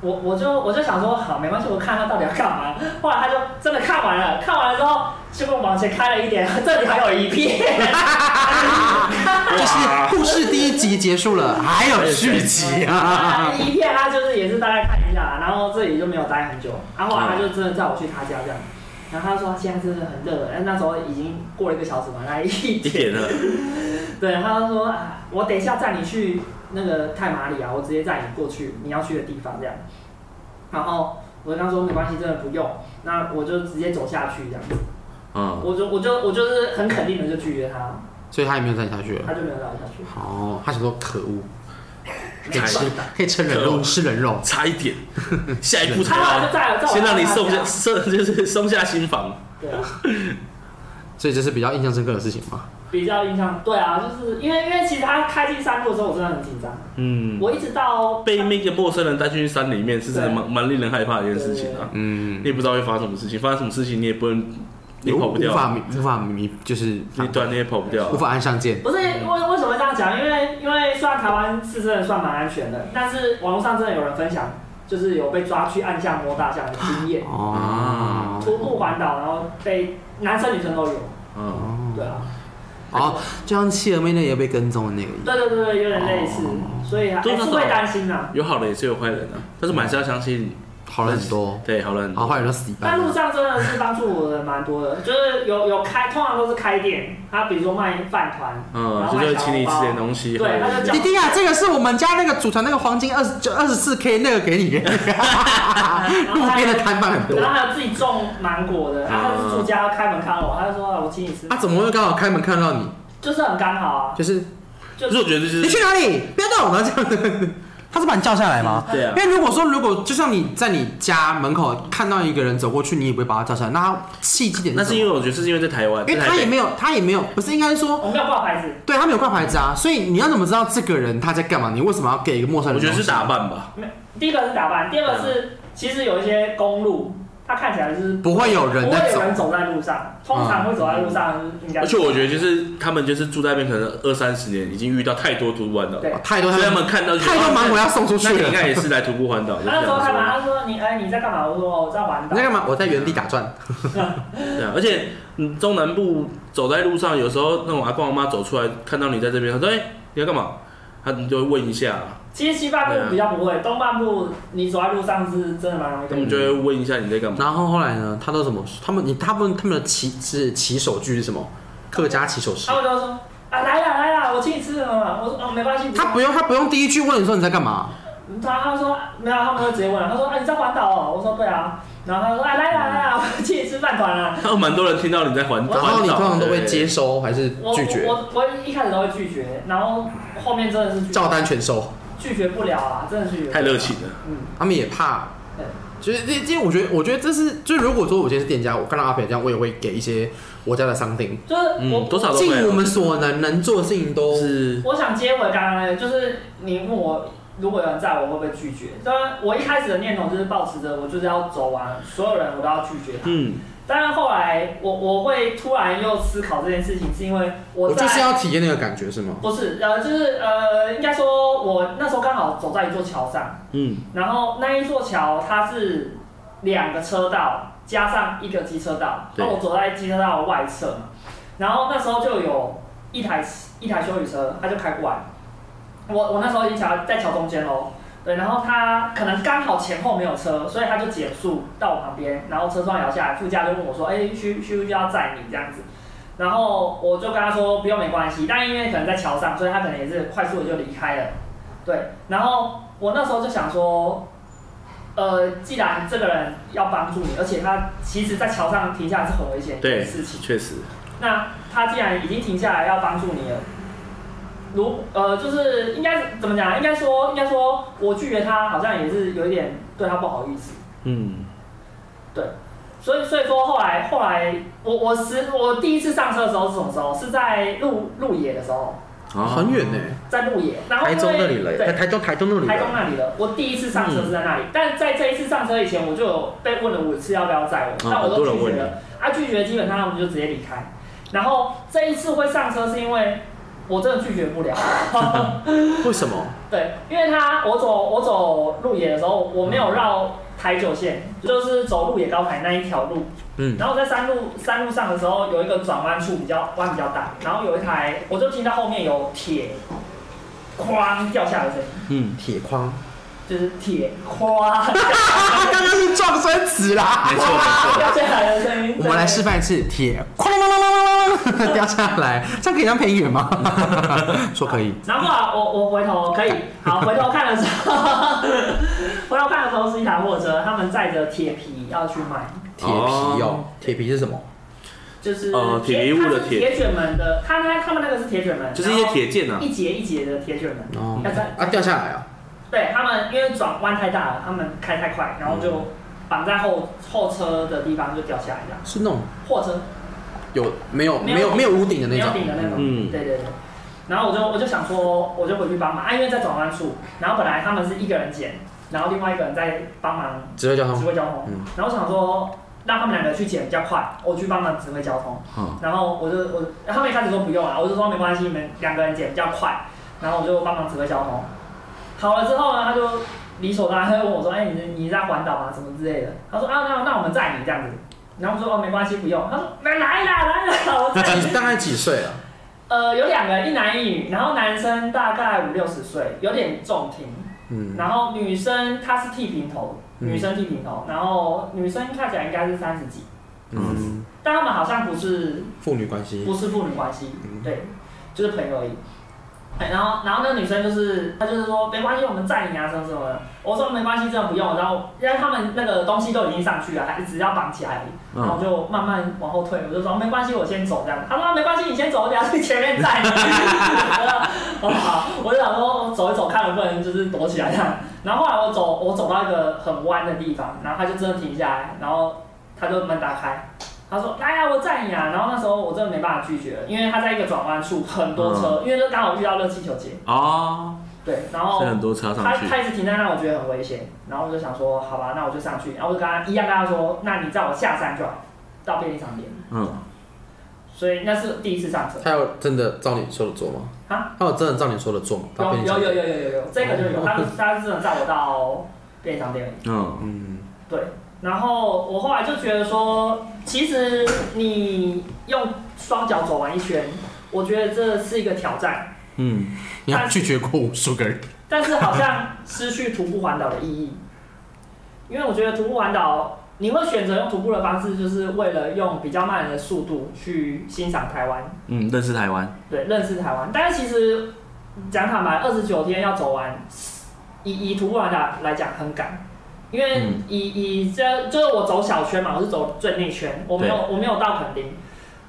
S3: 我我就我就想说好没关系，我看他到底要干嘛，后来他就真的看完了，看完了之后就跟我往前开了一点， 这里还有一片，
S1: 就是故事第一集结束 了，还有续集
S2: 哎
S1: 啊！
S3: 一片他就是也是大概看一下，然后这里就没有待很久，然后后来啊他就真的载我去他家这样，然后他说他现在真的很热，但那时候已经 过了一个小时嘛，那一
S2: 一点了，
S3: 对，他就说啊，我等一下载你去那个太麻里啊，我直接载你过去你要去的地方这样。然后我就跟他说没关系，真的不用，那我就直接走下去这样子。
S2: 嗯，
S3: 我就我就我就是很肯定的就拒绝他，
S1: 所以他也没有载你下去了。
S3: 他就没有让我下去。
S1: 哦，他想说可恶，可以
S2: 差
S1: 吃
S2: 一
S1: 可以吃人肉，吃人肉。
S2: 差一点， 下一步才
S3: 他后来
S2: 来
S3: 就，载了，载我
S2: 先让你松
S3: 送
S2: 下， 松就是松下心房。
S3: 对啊。
S1: 所以这是比较印象深刻的事情嘛。
S3: 比较印象，对啊，就是因为因为其实他开进山路的时候，我真的很紧张，
S2: 嗯，
S3: 我一直到
S2: 被那个陌生人带去山里面，是真的蛮蛮令人害怕的一件事情啊。
S1: 嗯，
S2: 你也不知道会发生什么事情，发生什么事情你也不能，你也跑不
S1: 无
S2: 掉
S1: 法
S2: 啊，
S1: 弥无法弥就是
S2: 你短你也跑不掉
S1: 无
S2: 啊。
S1: 法按上键。
S3: 不是为为什么会这样讲？因为因为虽然台湾是真的算蛮安全的，但是网络上真的有人分享，就是有被抓去暗巷摸大象的经验，
S2: 啊
S1: 哦
S3: 徒步环岛，然后被男生女生都有，
S2: 嗯，
S1: 哦
S3: 对啊，
S1: 哦，就像企鹅妹那也被跟踪的那个一样。
S3: 对对对对，有点类似，所以还
S2: 对哦
S3: 还
S2: 那
S3: 是
S2: 种
S3: 会担心啊。
S2: 有好的也是有坏人的，啊但是我们还是要相信，
S1: 好了很多，
S2: 对，好人很
S1: 然后
S2: 多。
S1: 坏人都死一
S3: 但
S1: 半
S3: 路
S1: 了。
S3: 上真的是帮助我的蛮多的，就是有有开，通常都是开店，他比如说卖饭团，
S2: 嗯，就是会请你吃点东西，
S3: 对他就叫
S1: 弟弟啊，这个是我们家那个组团那个黄金二十九二十四 K 那个给 你，
S3: 然
S1: 路
S3: 后还
S1: 边
S3: 有
S1: 的摊贩很多。
S3: 然后还有自己种芒果的，然后他是住家开门看到我，他就说啊我请你吃，
S1: 啊，怎么会刚好开门看到你？
S3: 就是很刚好啊，
S1: 就是
S3: 就
S2: 就是我觉得就是
S1: 你去哪里？不要动，然后这样子。他是把你叫下来吗？
S2: 对啊
S1: 因，为如果说，如果就像你在你家门口看到一个人走过去，你也不会把他叫下来，那他契机点
S2: 那
S1: 是
S2: 是
S1: 什么
S2: 因为我觉得是因为在台湾，
S1: 因为
S2: 在
S1: 他
S2: 台
S1: 也
S2: 北
S1: 没有，他也没有，不是应该说，
S3: 我没有挂牌子，
S1: 对他没有挂牌子啊，所以你要怎么知道这个人他在干嘛？你为什么要给一个陌生人
S2: 我
S1: 东西？
S2: 觉得是打扮吧，
S3: 没第一个是打扮，第二个是其实有一些公路，它看起来就是
S1: 不会有人
S3: 不
S1: 在
S3: 会
S1: 走
S3: 有，人走在路上，通常会走在路上应该，
S2: 而且我觉得就是他们就是住在那边可能二三十年，已经遇到太多徒步环岛，
S3: 对
S1: 哦太多
S2: 所以
S1: 他
S2: 他
S1: 们
S2: 们看到就觉得
S1: 太多芒果要送出
S2: 那
S1: 去
S2: 你应
S1: 了。
S2: 该也是来徒步环岛， 就是
S3: 他那
S2: 这
S3: 时候
S2: 样
S3: 开门，
S2: 说。
S3: 他说你哎你在干嘛？我说哦我在玩
S1: 你在
S3: 的，
S1: 干嘛？我在原地打转。
S2: 对啊，而且嗯中南部走在路上，有时候那种阿公阿妈走出来，看到你在这边，他说：“哎、你要干嘛？”他你就会问一下，
S3: 其实西半
S2: 对啊
S3: 部比较不会，东半部你走在路上是真的蛮容易
S2: 他
S3: 被
S2: 们就会问一下你在干嘛。
S1: 然后后来呢？他都怎么？他们你他们他们的起是起手句是什么？客家起手式
S3: 他。们就说啊来啦来啦，我请你吃什么？我说哦没关系，
S1: 他不用他不用第一句问你说你在干嘛，
S3: 他他说啊没有，他们会直接问，他说啊你在环岛哦，我说对啊，然后他说啊 来啦来啦，我请你吃饭团啊，
S2: 还有蛮多人听到你在环
S1: 然后你通常都会接
S2: 接，
S1: 收还是
S3: 我
S1: 拒绝？
S3: 我我我一开始都会拒绝，然后后面真的是拒
S1: 照
S3: 绝
S1: 单全收，
S3: 拒绝不了啊，真的是拒绝不了
S2: 太热，情了。
S3: 嗯，
S1: 他们也怕
S3: 对。
S1: 就是这这，我觉得我觉得这是，就如果说我今天是店家，我看到阿培这样，我也会给一些我家的商品，
S3: 就是我、
S2: 嗯，多少都会
S1: 尽我
S2: 啊。
S1: 们所能能做的事情都
S2: 是
S3: 我想接回刚刚那个，就是你问我如果有人在我会不会拒绝，当然我一开始的念头就是保持着我就是要走完所有人我都要拒绝他，
S2: 嗯，
S3: 当然后来我我会突然又思考这件事情，是因为我
S1: 我
S3: 在
S1: 就是要体验那个感觉，是吗？
S3: 不是，呃，就是呃，应该说，我那时候刚好走在一座桥上，
S2: 嗯
S3: 然后那一座桥它是两个车道加上一个机车道，
S2: 对
S3: 那我走在机车道的外侧嘛，然后那时候就有一台一台修理车，它就开过来，我我那时候已经桥在桥中间喽，对，然后他可能刚好前后没有车，所以他就减速到我旁边，然后车窗摇下来，副驾就问我说：“哎、需需不需要载你这样子？”然后我就跟他说：“不用，没关系。”但因为可能在桥上，所以他可能也是快速的就离开了。对，然后我那时候就想说，呃，既然这个人要帮助你，而且他其实在桥上停下来是很危险的
S2: 对
S3: 事情，
S2: 确实，
S3: 那他既然已经停下来要帮助你了，如呃，就是应该怎么讲？应该说，应该说，我拒绝他好像也是有一点对他不好意思。
S2: 嗯，
S3: 所以，所以说后来后来，我我十我第一次上车的时候是什么时候？是在路路野的时候，
S2: 啊
S1: 很远呢、
S3: 在路野，然后
S1: 台
S3: 因为
S1: 中那里了、台
S3: 对，
S1: 台中台中那里
S3: 台中
S1: 了，
S3: 那里
S2: 嗯
S3: 了。我第一次上车是在那里，但在这一次上车以前，我就有被问了五次要不要载我，
S2: 嗯
S3: 但我都
S2: 很多
S3: 拒
S2: 人
S3: 绝
S2: 问
S3: 了。啊，拒绝基本上他们就直接离开。然后这一次会上车是因为我真的拒绝不了，嗯
S1: 为什么？
S3: 对，因为他我走我走路野的时候，我没有绕台九线，
S2: 嗯
S3: 就是走路野高台那一条路。
S1: 嗯，
S3: 然后我在山路山路上的时候，有一个转弯处比较弯比较大，然后有一台，我就听到后面有铁哐掉下来的声音，
S2: 嗯，
S1: 铁框，
S3: 就是铁哐
S1: 啊，刚刚是撞生词啦，
S2: 没错没错。
S3: 掉下来的声音。
S1: 我们来示
S3: 对
S1: 范一次，铁框，哐啷啷啷啷啷啷掉下来，这样可以当配乐 吗？说可以，
S3: 然后后来我我回头可以好回头看的时候，回头看的时候是一台货车，他们载着铁皮要去卖，
S1: 铁皮哦，铁皮是什么？
S3: 就是
S2: 呃铁皮屋的
S3: 它是铁卷门的，他那他们那个是铁卷门，
S2: 就是一些铁剑
S3: 然
S2: 啊
S3: 后，一节一节的铁卷门，
S1: 哦
S3: 要载
S1: 啊，掉下来啊，
S3: 对他们因为转弯太大了，他们开太快，然后就绑在后后车的地方就掉下来这样，
S1: 是那种
S3: 货车
S1: 有没有
S3: 没有
S1: 没有没有屋顶的
S3: 没
S1: 那
S3: 有
S1: 种？
S3: 顶的那种，
S2: 嗯
S3: 对对对。然后我就我就想说，我就回去帮忙啊，因为在转弯处，然后本来他们是一个人捡，然后另外一个人在帮忙
S1: 指挥交
S3: 指
S1: 通，
S3: 挥交通。
S1: 嗯
S3: 然后我想说，让他们两个去捡比较快，我去帮忙指挥交通。
S2: 嗯
S3: 然后我就我他们一开始说不用啊，我就说没关系，你们两个人捡比较快，然后我就帮忙指挥交通。好了之后呢，他就理所当然他就问我说：“哎、你你在环岛吗？什么之类的？”他说：“啊，那那我们载你这样子。”然后我说：“哦，没关系，不用。”他说：“来来啦，来啦，我载你
S1: 几。大概几岁啊？”
S3: 呃，有两个人，一男一女，然后男生大概五六十岁，有点重听。
S1: 嗯，
S3: 然后女生她是剃平头，
S1: 嗯
S3: 女生剃平头，然后女生看起来应该是三十几，
S1: 嗯，
S3: 但他们好像不是
S1: 父女关系
S3: 不是父女关系
S1: 嗯，
S3: 对，就是朋友而已。哎然后，然后那个女生就是，她就是说没关系，我们载你啊，什么什么的。我说没关系，真的不用。然后，因为他们那个东西都已经上去了，还只要绑起来而已。
S1: 嗯
S3: 然后我就慢慢往后退，我就说哦没关系，我先走这样。她说没关系，你先走，我等下去前面载 你。我说哦好，我就想说我走一走，看能不能就是躲起来这样。然后后来我走，我走到一个很弯的地方，然后他就真的停下来，然后他就门打开，他说：“来呀，我载你啊！”然后那时候我真的没办法拒绝了，因为他在一个转弯处，很多车，因为就刚好遇到热气球节，
S2: 哦，
S3: 对，然后
S2: 现在很多车上
S3: 他
S2: 去，
S3: 他一直停在那，我觉得很危险，然后我就想说，好吧，那我就上去，然后我就跟他一样跟他说：“那你载我下山就好，到便利商店。
S2: 嗯，”
S3: 所以那是第一次上车，
S1: 他有真的照你说的做吗？
S3: 啊，
S1: 他有真的照你说的做吗？
S3: 有
S1: 他变成
S3: 有有有有有有，这个就有，他他是真的载我到便利商店而已。
S2: 嗯，
S1: 嗯，
S3: 对，然后我后来就觉得说，其实你用双脚走完一圈，我觉得这是一个挑战，
S2: 嗯，
S1: 你要拒绝过无数个人，
S3: 但是好像失去徒步环岛的意义，因为我觉得徒步环岛，你会选择用徒步的方式，就是为了用比较慢的速度去欣赏台湾，
S2: 嗯，认识台湾，
S3: 对，认识台湾。但是其实讲坦白，二十九天要走完，以以徒步环岛来讲很赶，因为
S2: 嗯
S3: 以、以这就是我走小圈嘛，我是走最内圈，我没有我没有到垦丁。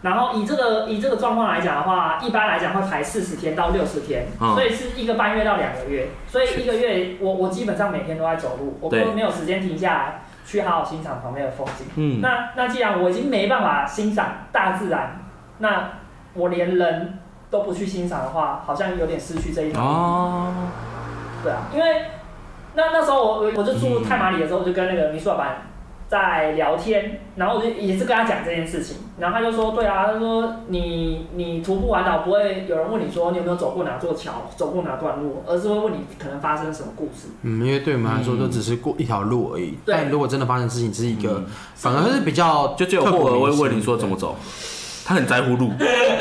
S3: 然后以这个以这个状况来讲的话，一般来讲会排四十天到六十天，
S2: 嗯
S3: 所以是一个半月到两个月，所以一个月我我基本上每天都在走路，我根本
S2: 对
S3: 没有时间停下来去好好欣赏旁边的风景。
S2: 嗯，
S3: 那那既然我已经没办法欣赏大自然，那我连人都不去欣赏的话，好像有点失去这一方面。
S2: 哦，
S3: 对啊，因为那那时候我我我就
S2: 嗯
S3: 住太马里的时候，我就跟那个民宿老板在聊天，然后我就也是跟他讲这件事情，然后他就说，对啊，他说你你徒步环岛不会有人问你说你有没有走过哪座桥，走过哪段路，而是会问你可能发生什么故事。
S1: 嗯，因为对我们来说都只是过一条路而已，
S3: 对
S1: 但如果真的发生事情，只是一个
S2: 嗯
S1: 反而是比较
S2: 就只有霍尔会问你说怎么走，他很在乎路，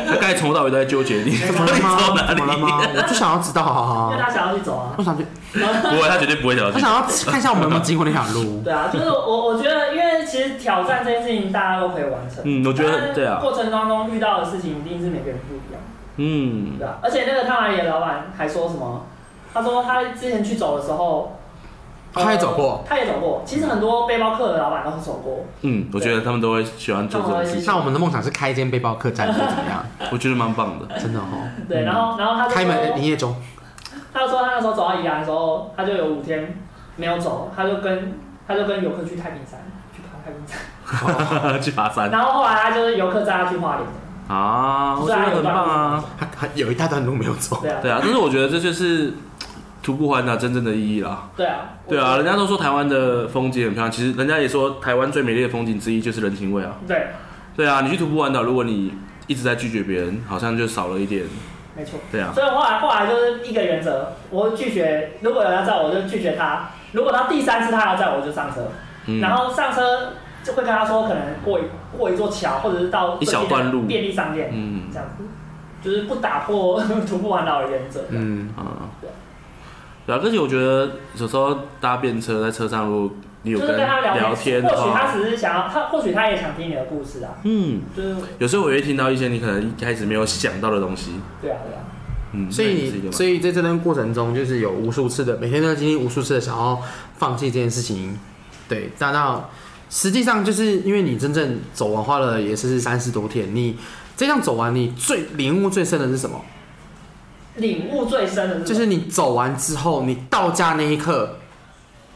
S2: 他刚才从头到尾都在纠结 你
S1: 怎么
S2: 到
S1: 了
S2: 底
S1: 吗？
S2: 走哪
S1: 怎么了
S2: 里，
S1: 吗？我就想要知道，好好
S3: 因为
S1: 好
S3: 他想要去走啊，
S1: 我想去，
S2: 不会，他绝对不会想到
S1: 我
S2: 这
S1: 想要看一下我们有没有经过那条路。
S3: 对啊，就是我我觉得，因为其实挑战这件事情大家都可以完成，
S2: 嗯，我觉
S3: 但
S2: 得
S3: 是
S2: 对啊，
S3: 过程当中遇到的事情一定是每个人不一样，
S2: 嗯，
S3: 对啊。而且那个汤马里的老板还说什么？他说他之前去走的时候，
S1: 他也走过，
S3: 他也走过。其实很多背包客的老板都会走过，
S2: 嗯，我觉得他们都会喜欢做这种事情，
S1: 那我们的梦想是开一间背包客栈，或者怎么样？
S2: 我觉得蛮棒的。
S1: 真的哦，
S3: 对。
S2: 嗯
S3: 然后然后他就
S1: 开门营
S3: 说，
S1: 业中，
S3: 他就说他那时候走到宜兰的时候，他就有五天没有走，他就跟他就跟游客去太平山去爬太平 山，
S2: 去爬山
S3: 然后后来他就是游客载他去花莲，
S2: 啊，我
S3: 虽
S2: 觉
S3: 然
S2: 得
S3: 有
S2: 很
S3: 段
S2: 棒啊。
S1: 他他有一大段路没有走。
S3: 对啊
S2: 对啊，但是我觉得这就是徒步环岛真正的意义啦。
S3: 对啊
S2: 对啊，
S3: 我
S2: 人家都说台湾的风景很漂亮，其实人家也说台湾最美丽的风景之一就是人情味啊。
S3: 对，
S2: 对啊，你去徒步环岛，如果你一直在拒绝别人，好像就少了一点。
S3: 没错。
S2: 对啊，
S3: 所以后来后来就是一个原则，我拒绝，如果有人要载我就拒绝他，如果到第三次他要载我就上车，
S2: 嗯，
S3: 然后上车就会跟他说可能过一过一座桥，或者是到
S2: 一小段路
S3: 便利商店
S2: 嗯 嗯
S3: 这样子，就是不打破徒步环岛的原则。
S1: 嗯，
S2: 啊，对啊，而且我觉得有时候搭便车在车上，如果你有
S3: 就是
S2: 跟
S3: 跟他
S2: 聊
S3: 聊
S2: 天的
S3: 或许
S2: 话
S3: 他，只是想要他，或许他也想听你的故事啊，
S2: 嗯，
S3: 就是
S2: 有时候我会听到一些你可能一开始没有想到的东西，
S3: 对啊对啊，
S2: 嗯，
S1: 所
S2: 那也是一
S1: 以
S2: 个
S1: 你，
S2: 嘛
S1: 所以在这段过程中，就是有无数次的，每天都要经历无数次的想要放弃这件事情。对，但到实际上就是因为你真正走完花了也是三十多天，你这样走完，你最领悟最深的是什么？
S3: 领悟最深的
S1: 就
S3: 什么
S1: 是你走完之后，你到家那一刻，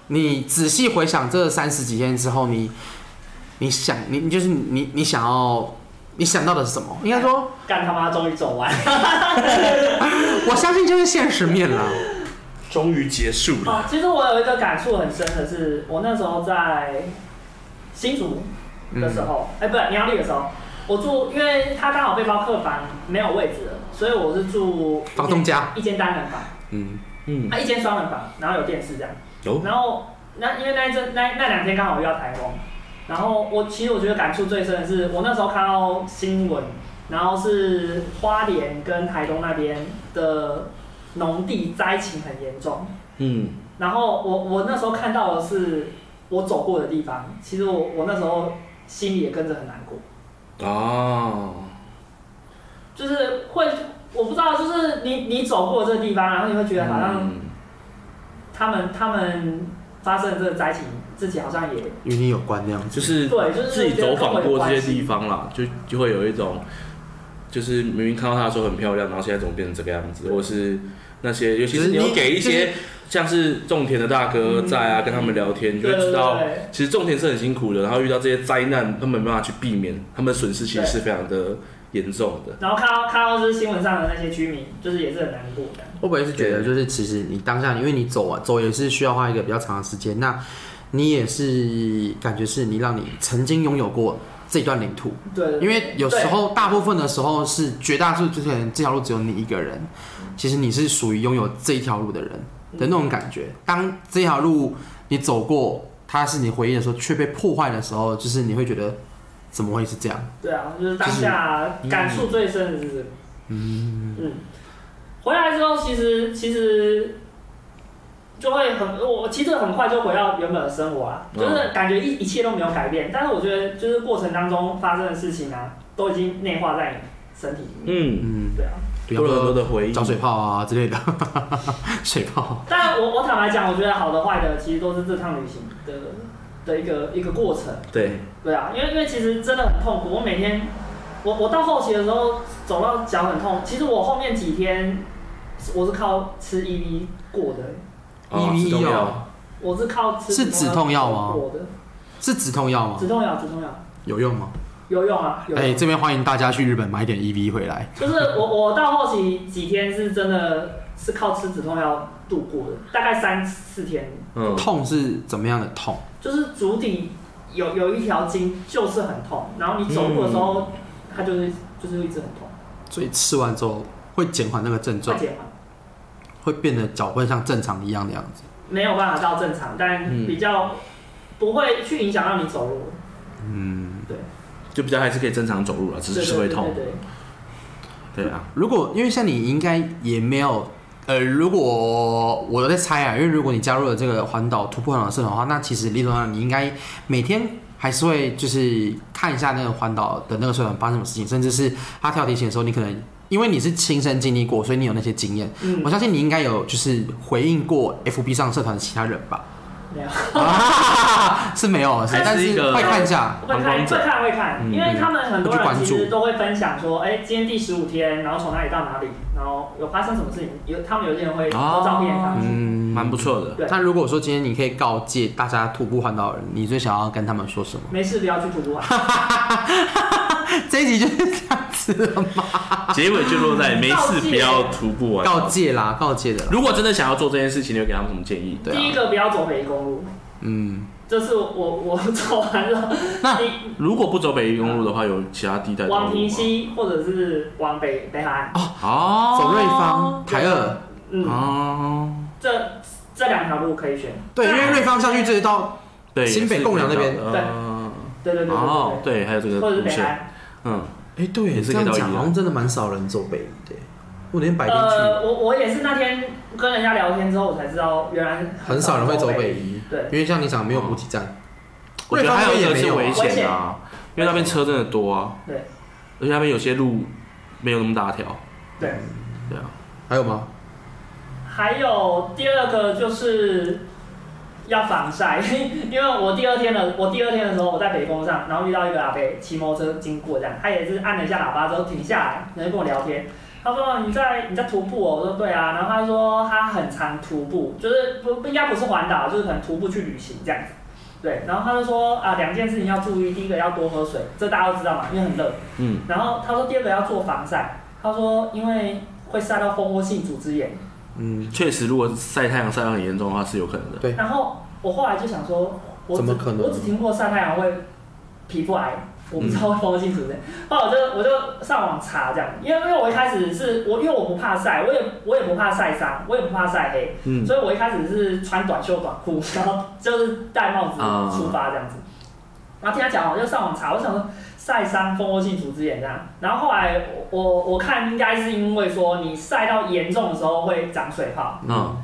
S1: 你仔细回想这三十几天之后，你你想你你就是你你想要你想到的是什么？应该说，
S3: 干他妈终于走完，
S1: 我相信就是现实面啦。
S4: 终于结束了。
S3: 哦，其实我有一个感触很深的是，我那时候在新竹的时候，哎、不对，苗栗的时候，我住，因为他刚好背包客房没有位置了，所以我是住一间
S1: 房东家
S3: 一间单人房，
S1: 嗯，
S2: 嗯，
S3: 啊，一间双人房，然后有电视这样。
S2: 有
S3: 然后那因为那一阵那那两天刚好遇到台风，然后我其实我觉得感触最深的是，我那时候看到新闻，然后是花莲跟台东那边的农地灾情很严重，
S2: 嗯，
S3: 然后我我那时候看到的是我走过的地方，其实我我那时候心里也跟着很难过，
S2: 哦，
S3: 就是会我不知道，就是你你走过这个地方，然后你会觉得好像
S2: 嗯
S3: 他们、他们发生的这个灾情，自己好像也
S1: 与你有关那样子。
S2: 就是
S3: 对就是
S2: 嗯自己走访过这些
S3: 觉得跟我有关系
S2: 地方啦，就就会有一种，就是明明看到它的时候很漂亮，然后现在怎么变成这个样子，或是那些，尤其
S1: 就是是
S2: 你
S1: 你
S2: 有给一
S1: 就
S2: 些像是种田的大哥在啊，跟他们聊天，你就会知道
S3: 对对对，
S2: 其实种田是很辛苦的，然后遇到这些灾难，他们没办法去避免，他们损失其实是非常的严重的。
S3: 然后看到看到就是新闻上的那些居民，就是也是很难过的。
S1: 会不会是觉得，就是其实你当下，因为你走啊走也是需要花一个比较长的时间，那你也是感觉是你让你曾经拥有过这段领土，
S3: 对，对
S1: 因为有时候大部分的时候是绝大多数之前这条路只有你一个人，其实你是属于拥有这一条路的人的那种感觉。当这条路你走过，它是你回忆的时候，却被破坏的时候，就是你会觉得怎么会是这样？
S3: 对啊，就是当下感触最深的是这个。嗯回来之后其实其实就会很我其实很快就回到原本的生活啊，
S2: 嗯
S3: 就是感觉一一切都没有改变，但是我觉得就是过程当中发生的事情啊，都已经内化在你身体里面。
S2: 嗯，
S1: 嗯，
S3: 对啊，
S1: 对啊
S2: 多了很多的回忆。
S1: 找水泡啊之类的， 水泡。
S3: 但我我坦白讲，我觉得好的坏的其实都是这趟旅行的的一个一个过程。
S2: 对，
S3: 对啊，因为因为其实真的很痛苦。我每天，我我到后期的时候走到脚很痛。其实我后面几天我是靠吃 EV 过的，
S2: 哦
S1: 一比
S2: 是
S1: 一
S2: 重
S1: 哦
S2: 要，
S3: 我是靠吃
S1: 是止痛药吗
S3: 过的，
S1: 是止痛药吗？
S3: 止痛药止痛药
S1: 有用吗？
S3: 有用啊，有用。
S1: 哎、这边欢迎大家去日本买点 EV 回来。
S3: 就是我我到后期几天是真的是靠吃止痛药度过的，大概三四天，
S2: 嗯，
S1: 痛是怎么样的痛？
S3: 就是足底有有一条筋就是很痛，然后你走路的时
S1: 嗯
S3: 候、它就是就是一直很痛，
S1: 所以吃完之后会减缓那个症
S3: 快
S1: 状，
S3: 解吗？
S1: 会变得脚会像正常一样的样子。
S3: 没有办法到正常，
S2: 嗯
S3: 但比较不会去影响到你走路，
S1: 嗯，
S2: 就比较还是可以正常走路了，只
S3: 对
S2: 是
S3: 对
S2: 就是会痛
S3: 对。对
S2: 对啊，
S1: 如果因为像你应该也没有，呃，如果我在猜啊，因为如果你加入了这个环岛突破环岛社团的话，那其实理论上你应该每天还是会就是看一下那个环岛的那个社团发生什么事情，甚至是他跳提醒的时候，你可能因为你是亲身经历过，所以你有那些经验。
S3: 对
S1: 我
S3: 嗯，
S1: 相信你应该有就是回应过 FB 上社团的其他人吧？
S3: 没有，
S1: 啊 是没有，是
S2: 还
S1: 但
S2: 是一
S1: 是
S2: 个
S1: 会看一下。
S3: 会
S2: 观
S3: 看
S2: 者
S3: 会看会看，
S2: 嗯
S3: 因为他们很多
S1: 会去
S3: 人
S1: 关注
S3: 其实都会分享说，哎，今天第十五天，然后从哪里到哪里，然后有发生什么事情，有他们有些人会
S2: 哦
S3: 抛照片上去，
S1: 嗯，
S2: 蛮不错的。
S3: 对
S1: 那如果说今天你可以告诫大家徒步环岛的人，你最想要跟他们说什么？
S3: 没事不要去啊图 书馆，
S1: 这一集就是这样子了吗？
S3: 啊
S2: 结尾就落在没事不要徒步完。
S1: 告诫啦，告诫的啦。
S2: 如果真的想要做这件事情，你会给他们什么建议？
S1: 对
S3: 第一
S1: 啊，
S3: 个不要走北宜公路，
S1: 嗯，
S3: 这是我我走完了，
S1: 那
S3: 你
S2: 如果不走北宜公路的话，有其他地带的
S3: 往
S2: 公路
S3: 平
S2: 吗？
S3: 西或者是往北北海岸，
S2: 哦，
S1: 走瑞芳、台二，
S3: 嗯，
S2: 哦，
S3: 这这两条路可以选，
S1: 对，因
S3: 那
S1: 为瑞芳上去这一道，
S2: 对，
S1: 新北
S2: 也是
S1: 贡寮那边
S2: 可以到的
S3: 对对对对
S2: 哦
S3: 对，
S2: 对，还有这个
S3: 对，或者是
S2: 路
S3: 北海岸
S2: 线，。嗯，
S1: 哎，对
S2: 也
S1: 这
S2: 是可以
S1: 样
S2: 到宜
S1: 讲
S2: 兰
S1: 好像真的蛮少人走北移的。
S5: 我连百天去，
S3: 呃，我我也是那天跟人家聊天之后，我才知道原来
S5: 很少人会走
S3: 北。
S5: 北宜，
S3: 对
S5: 因为像你讲没有补给站，
S2: 我觉得还有一个是危
S3: 危
S2: 险
S3: 险
S2: 的啊，因为那边车真的多啊，
S3: 对，
S2: 而且那边有些路没有那么大条，
S3: 对，
S2: 对啊，
S5: 还有吗？
S3: 还有第二个就是要防晒， 因为我第二天的我第二天的时候，我在北工上，然后遇到一个阿伯骑摩托车经过，这样他也是按了一下喇叭之后停下来，然后跟我聊天。他说哦你在你在徒步哦，我说对啊，然后他说他很常徒步，就是不不应该不是环岛，就是可能徒步去旅行这样子。对，然后他就说啊，两件事情要注意，第一个要多喝水，这大家都知道嘛，因为很热。
S2: 嗯，
S3: 然后他说第二个要做防晒，他说因为会晒到蜂窝性组织炎，
S5: 嗯，
S2: 确实如果晒太阳晒得很严重的话是有可能的，
S3: 然后我后来就想说，我
S5: 怎
S3: 只
S5: 么可能嗯
S3: 我只听过晒太阳会皮肤癌，我不知道会风清楚的。后来我就我就上网查这样，因为因为我一开始是我因为我不怕晒，我也我也不怕晒伤，我也不怕晒黑，
S2: 嗯，
S3: 所以我一开始是穿短袖短裤， 然后就是戴帽子
S2: 啊
S3: 出发这样子。然后听他讲，我就上网查，我想说晒伤、蜂窝性组织炎这样。然后后来我我我看应该是因为说你晒到严重的时候会长水泡，
S2: 嗯，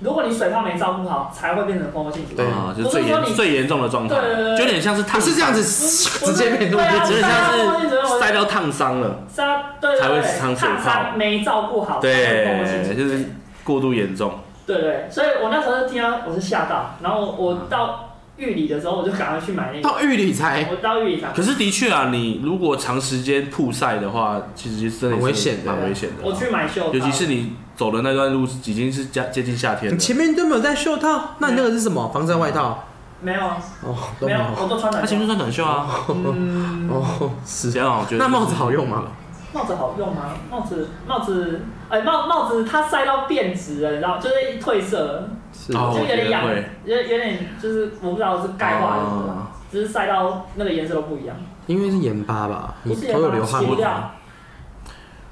S3: 如果你水泡没照顾好，才会变成蜂窝性组织
S5: 对
S3: 炎。
S2: 啊，就
S3: 不是
S2: 最
S3: 说
S2: 严
S3: 你
S2: 最严重的状态
S3: 对对对，对
S2: 就有点像是
S5: 不
S2: 烫伤
S5: 是这样子，
S3: 不
S5: 直
S3: 是
S5: 接变
S3: 对啊
S5: 成
S2: 有点像是
S3: 晒
S2: 晒到烫伤了，
S3: 沙啊对对对
S2: 才会长
S3: 烫
S2: 水泡
S3: 伤没照顾好，才会蜂窝性组
S2: 对，
S3: 织
S2: 就
S3: 炎
S2: 是过度严重，
S3: 对对，所以我那时候听到我是吓到，然后我我到玉里的时候我就赶快去买那个，
S5: 到玉里才
S3: 我到玉里才
S2: 哎可是的确啊，你如果长时间曝晒的话，其实真的
S5: 很危险的
S2: 蛮危险的啊。
S3: 我去买袖套，
S2: 尤其是你走的那段路已经是接接近夏天
S5: 你
S2: 了，
S5: 前面都没有带袖套，那你那个是什么？防晒外套？
S3: 没有啊
S5: 哦，都
S3: 没
S5: 没
S3: 有
S5: 有。，
S3: 我都穿
S2: 他
S3: 短
S2: 前面
S3: 袖。
S2: 穿短袖啊，
S3: 嗯，
S5: 哦，是
S2: 这。样啊我觉得
S5: 那帽子好用吗？
S3: 帽子好用吗？帽子帽子，哎、帽帽子它晒到变质了，你知道，就是褪色了，
S5: 是
S2: 哦
S3: 就有点痒
S2: 我觉得会，
S3: 有有点就是我不知道是钙化还是什么，
S2: 啊
S3: 只是晒到那个颜色都不一样，
S5: 因为是盐巴吧？
S3: 不
S5: 你
S3: 是
S5: 头有流汗
S3: 洗不
S5: 吗？
S3: 掉，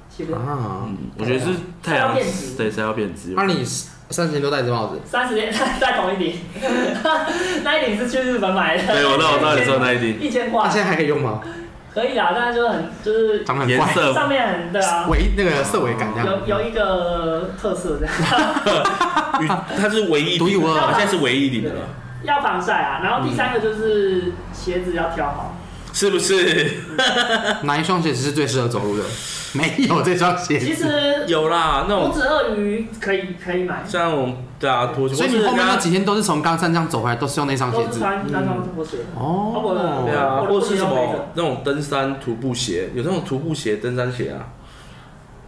S3: 洗不掉。
S5: 啊，
S2: 嗯，我觉得是太
S3: 晒到
S2: 阳
S3: 变质
S2: 对晒到变质，
S5: 那你三十年都戴着帽子，
S3: 三十年 戴同一顶，那一顶是去日本买的。
S2: 对我知道我知道你说的那一顶
S3: 一千
S1: 啊
S5: 那
S3: 块
S5: 现在还可以用吗？
S3: 可以啦，但是就是很就是
S1: 长得很
S2: 颜
S1: 怪，
S2: 色
S3: 上面很对啊，
S5: 围那个色违感
S1: 啊
S5: 这样。
S3: 有有一个特色这样。
S2: 与它是唯一
S1: 独一无
S2: 它
S1: 二。
S2: 现在是唯一顶的了，
S3: 要防晒啊，然后第三个就是鞋子要挑好。
S2: 是不 是？
S1: 哪一双鞋子是最适合走 路的？没有这双鞋
S3: 其
S1: 子，
S3: 实
S2: 有啦，那
S3: 五
S2: 种
S3: 指鳄鱼可以可以买，
S2: 像我们对啊，拖鞋，
S1: 所以
S2: 或
S1: 你
S2: 是
S1: 后面
S2: 人家
S1: 那几天都是从冈山这样走回来，都是用那双鞋
S3: 都是
S1: 子。嗯
S3: 穿那双拖鞋。哦我
S1: 哦，
S3: 的
S2: 对啊，
S3: 我的
S2: 或是什
S3: 我的
S2: 么
S3: 那个
S2: 那种登山徒步鞋，有那种徒步鞋、登山鞋啊。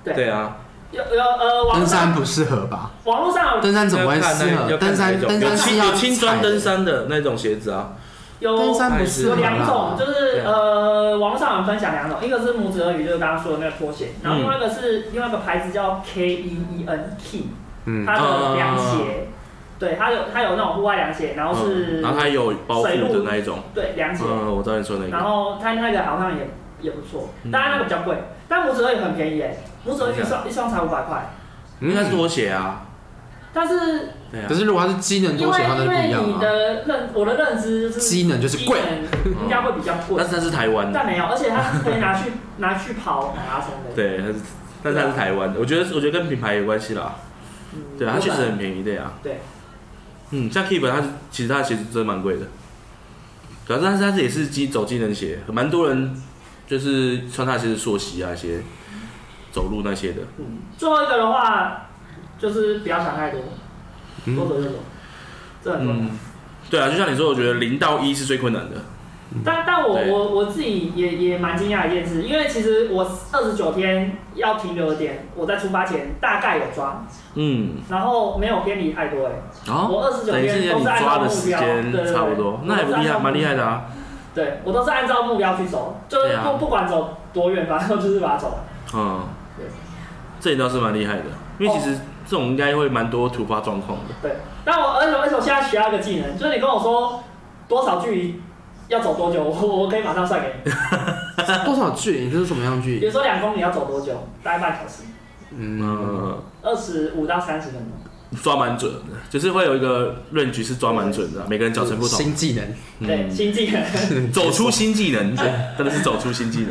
S3: 对
S2: 对啊，
S3: 有有呃，网
S1: 登
S3: 络
S1: 山
S3: 上
S1: 不适合吧？
S3: 网络上
S1: 登山怎么会适合？
S2: 要
S1: 登
S2: 看哪
S1: 山
S2: 一种
S1: 登
S2: 有
S1: 山是
S2: 轻
S1: 要
S2: 有轻装
S1: 踩的
S2: 登山的那种鞋子啊，
S3: 有
S1: 登山不适
S3: 有
S1: 合啦
S3: 两种，就是
S2: 对啊
S3: 呃，网络上有分享两种，一个是拇指鳄鱼，就是刚刚说的那个拖鞋，然后另外一个是、另外一个牌子叫 K E E N Key，
S1: 嗯
S3: 它的凉鞋，对，它有它有那种户外凉鞋，然后是、
S2: 嗯然后它有包
S3: 水
S2: 覆
S3: 路
S2: 的那一种。
S3: 对凉鞋，
S2: 嗯，我知道你说那
S3: 然
S2: 个。
S3: 后它那个好像也也不错，
S2: 嗯
S3: 当然那个比较贵，但拇指鳄鱼很便宜哎，拇指鳄鱼一
S1: 啊
S3: 双一双才五百块，
S2: 应该是
S1: 嗯，
S2: 拖鞋啊，
S3: 但是
S2: 对
S1: 可
S2: 啊，
S1: 是如果它是机能
S3: 因
S1: 拖
S3: 为
S1: 鞋，它那就
S3: 因
S1: 不
S3: 为
S1: 一
S3: 你
S1: 样啊。
S3: 的认我的认知就是
S1: 机能就是贵， 嗯
S3: 应该会比较贵
S2: 嗯但。是它是台湾的，
S3: 但没有，而且它是可以拿去拿去跑马拉松的。
S2: 对，它是，但是它是台湾的，我觉得我觉得跟品牌有关系啦，
S3: 嗯，
S2: 对啊，它
S3: 有
S2: 确实
S3: 可能
S2: 很便宜的呀，
S3: 对，
S2: 嗯，像 Keep 它其实它的鞋子真的蛮贵的，主要是它它也是机走机能鞋，蛮多人就是穿它的鞋子溯溪啊一些走路那些的，
S3: 嗯，最后一个的话就是不要想太多，多走就走，这很重要。
S2: 嗯，对啊，就像你说，我觉得零到一是最困难的，
S3: 但但我
S2: 嗯对
S3: 我我自己也也蛮惊讶的一件事，因为其实我二十九天要停留的点，我在出发前大概有抓，
S2: 嗯，
S3: 然后没有偏离太多哎、欸
S2: 好，
S3: 我二十九
S2: 哦等于是
S3: 天都
S2: 你
S3: 是按
S2: 抓
S3: 照
S2: 的
S3: 目
S2: 时
S3: 标，对
S2: 间
S3: 对对，
S2: 差不多，那也不厉害，蛮厉害的啊，
S3: 对我都是按照目标去走，就是
S2: 对啊
S3: 不、不管走多远，反正就是把它走完。
S2: 嗯
S3: 对，
S2: 这也倒是蛮厉害的，因为其实这种应该会蛮多突发状况的。
S3: 对，但我而且而且我现在学到一个技能，就是你跟我说多少距离要走多久，我我可以马上算给
S2: 嗯
S3: 你。
S1: 多少距离？这是什么样的距
S3: 比
S1: 离？
S3: 如说两公里要走多久，大概半小时，
S1: 嗯，
S2: 嗯，
S3: 二十五到三十分钟。
S2: 抓蛮准的，就是会有一个 range 是抓蛮准的，啊每个呃人脚程不同。啊嗯
S1: 新技能，
S3: 嗯对，啊新技能。
S2: 走出新技能， 对， 真的是走出新技能，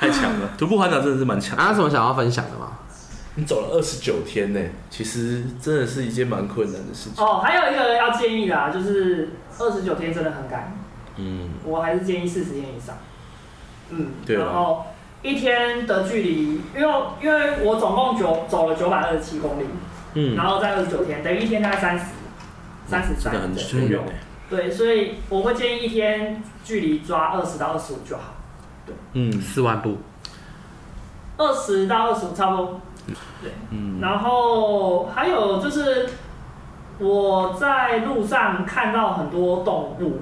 S2: 太强了！徒步环岛真的是蛮强。
S1: 啊，有什么想要分享的吗？
S2: 你走了二十九天呢，其实真的是一件蛮困难的事情。
S3: 哦，还有一个要建议啦，就是二十九天真的很赶，
S2: 嗯，
S3: 我还是建议四十天以上。嗯，
S2: 对啊
S3: 然后一天的距离，因为因为我总共九走了九百二十七公里，
S2: 嗯
S3: 然后再二十九天，等于一天大概三十，三十
S2: 真
S3: 三
S2: 的很
S3: 左
S2: 很
S3: 右
S2: 远欸。
S3: 对，所以我会建议一天距离抓二十到二十五就好，
S2: 嗯
S5: 四万步，
S3: 二十到二十五差不多。对，
S2: 嗯，
S3: 然后还有就是我在路上看到很多动物，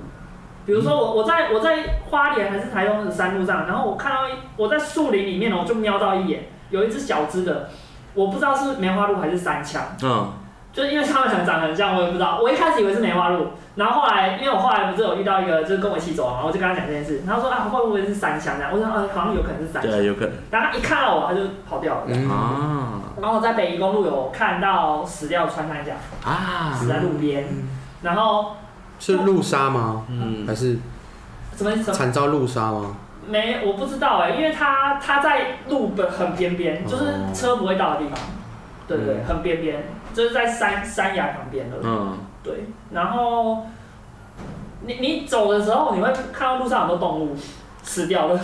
S3: 比如说我我在我在花莲还是台东的山路上，然后我看到一我在树林里面我就瞄到一眼，有一只小只的，我不知道是梅花鹿还是山羌，
S2: 嗯
S3: 就是因为他们可能长得很像，我也不知道。我一开始以为是梅花鹿，然后后来因为我后来不是有遇到一个就是跟我一起走嘛，我就跟他讲这件事，他说啊会不会是山羌这样？我说啊好像有可能是山
S2: 对
S3: 羌，
S2: 啊，有可能
S3: 然后他一看到我他就跑掉了。
S5: 嗯
S2: 啊
S3: 然后我在北宜公路有看到死掉的穿山甲
S2: 啊，
S3: 死在
S1: 嗯
S3: 路边，然后
S5: 是路杀吗？
S2: 嗯
S5: 还是
S3: 什么什么
S5: 惨遭路杀吗？
S3: 没我不知道哎、因为它它在路本很边边，就是
S5: 哦
S3: 车不会到的地方，对对，很边边，就是在山山崖旁边的，
S2: 嗯
S3: 对。然后你你走的时候，你会看到路上很多动物死掉了，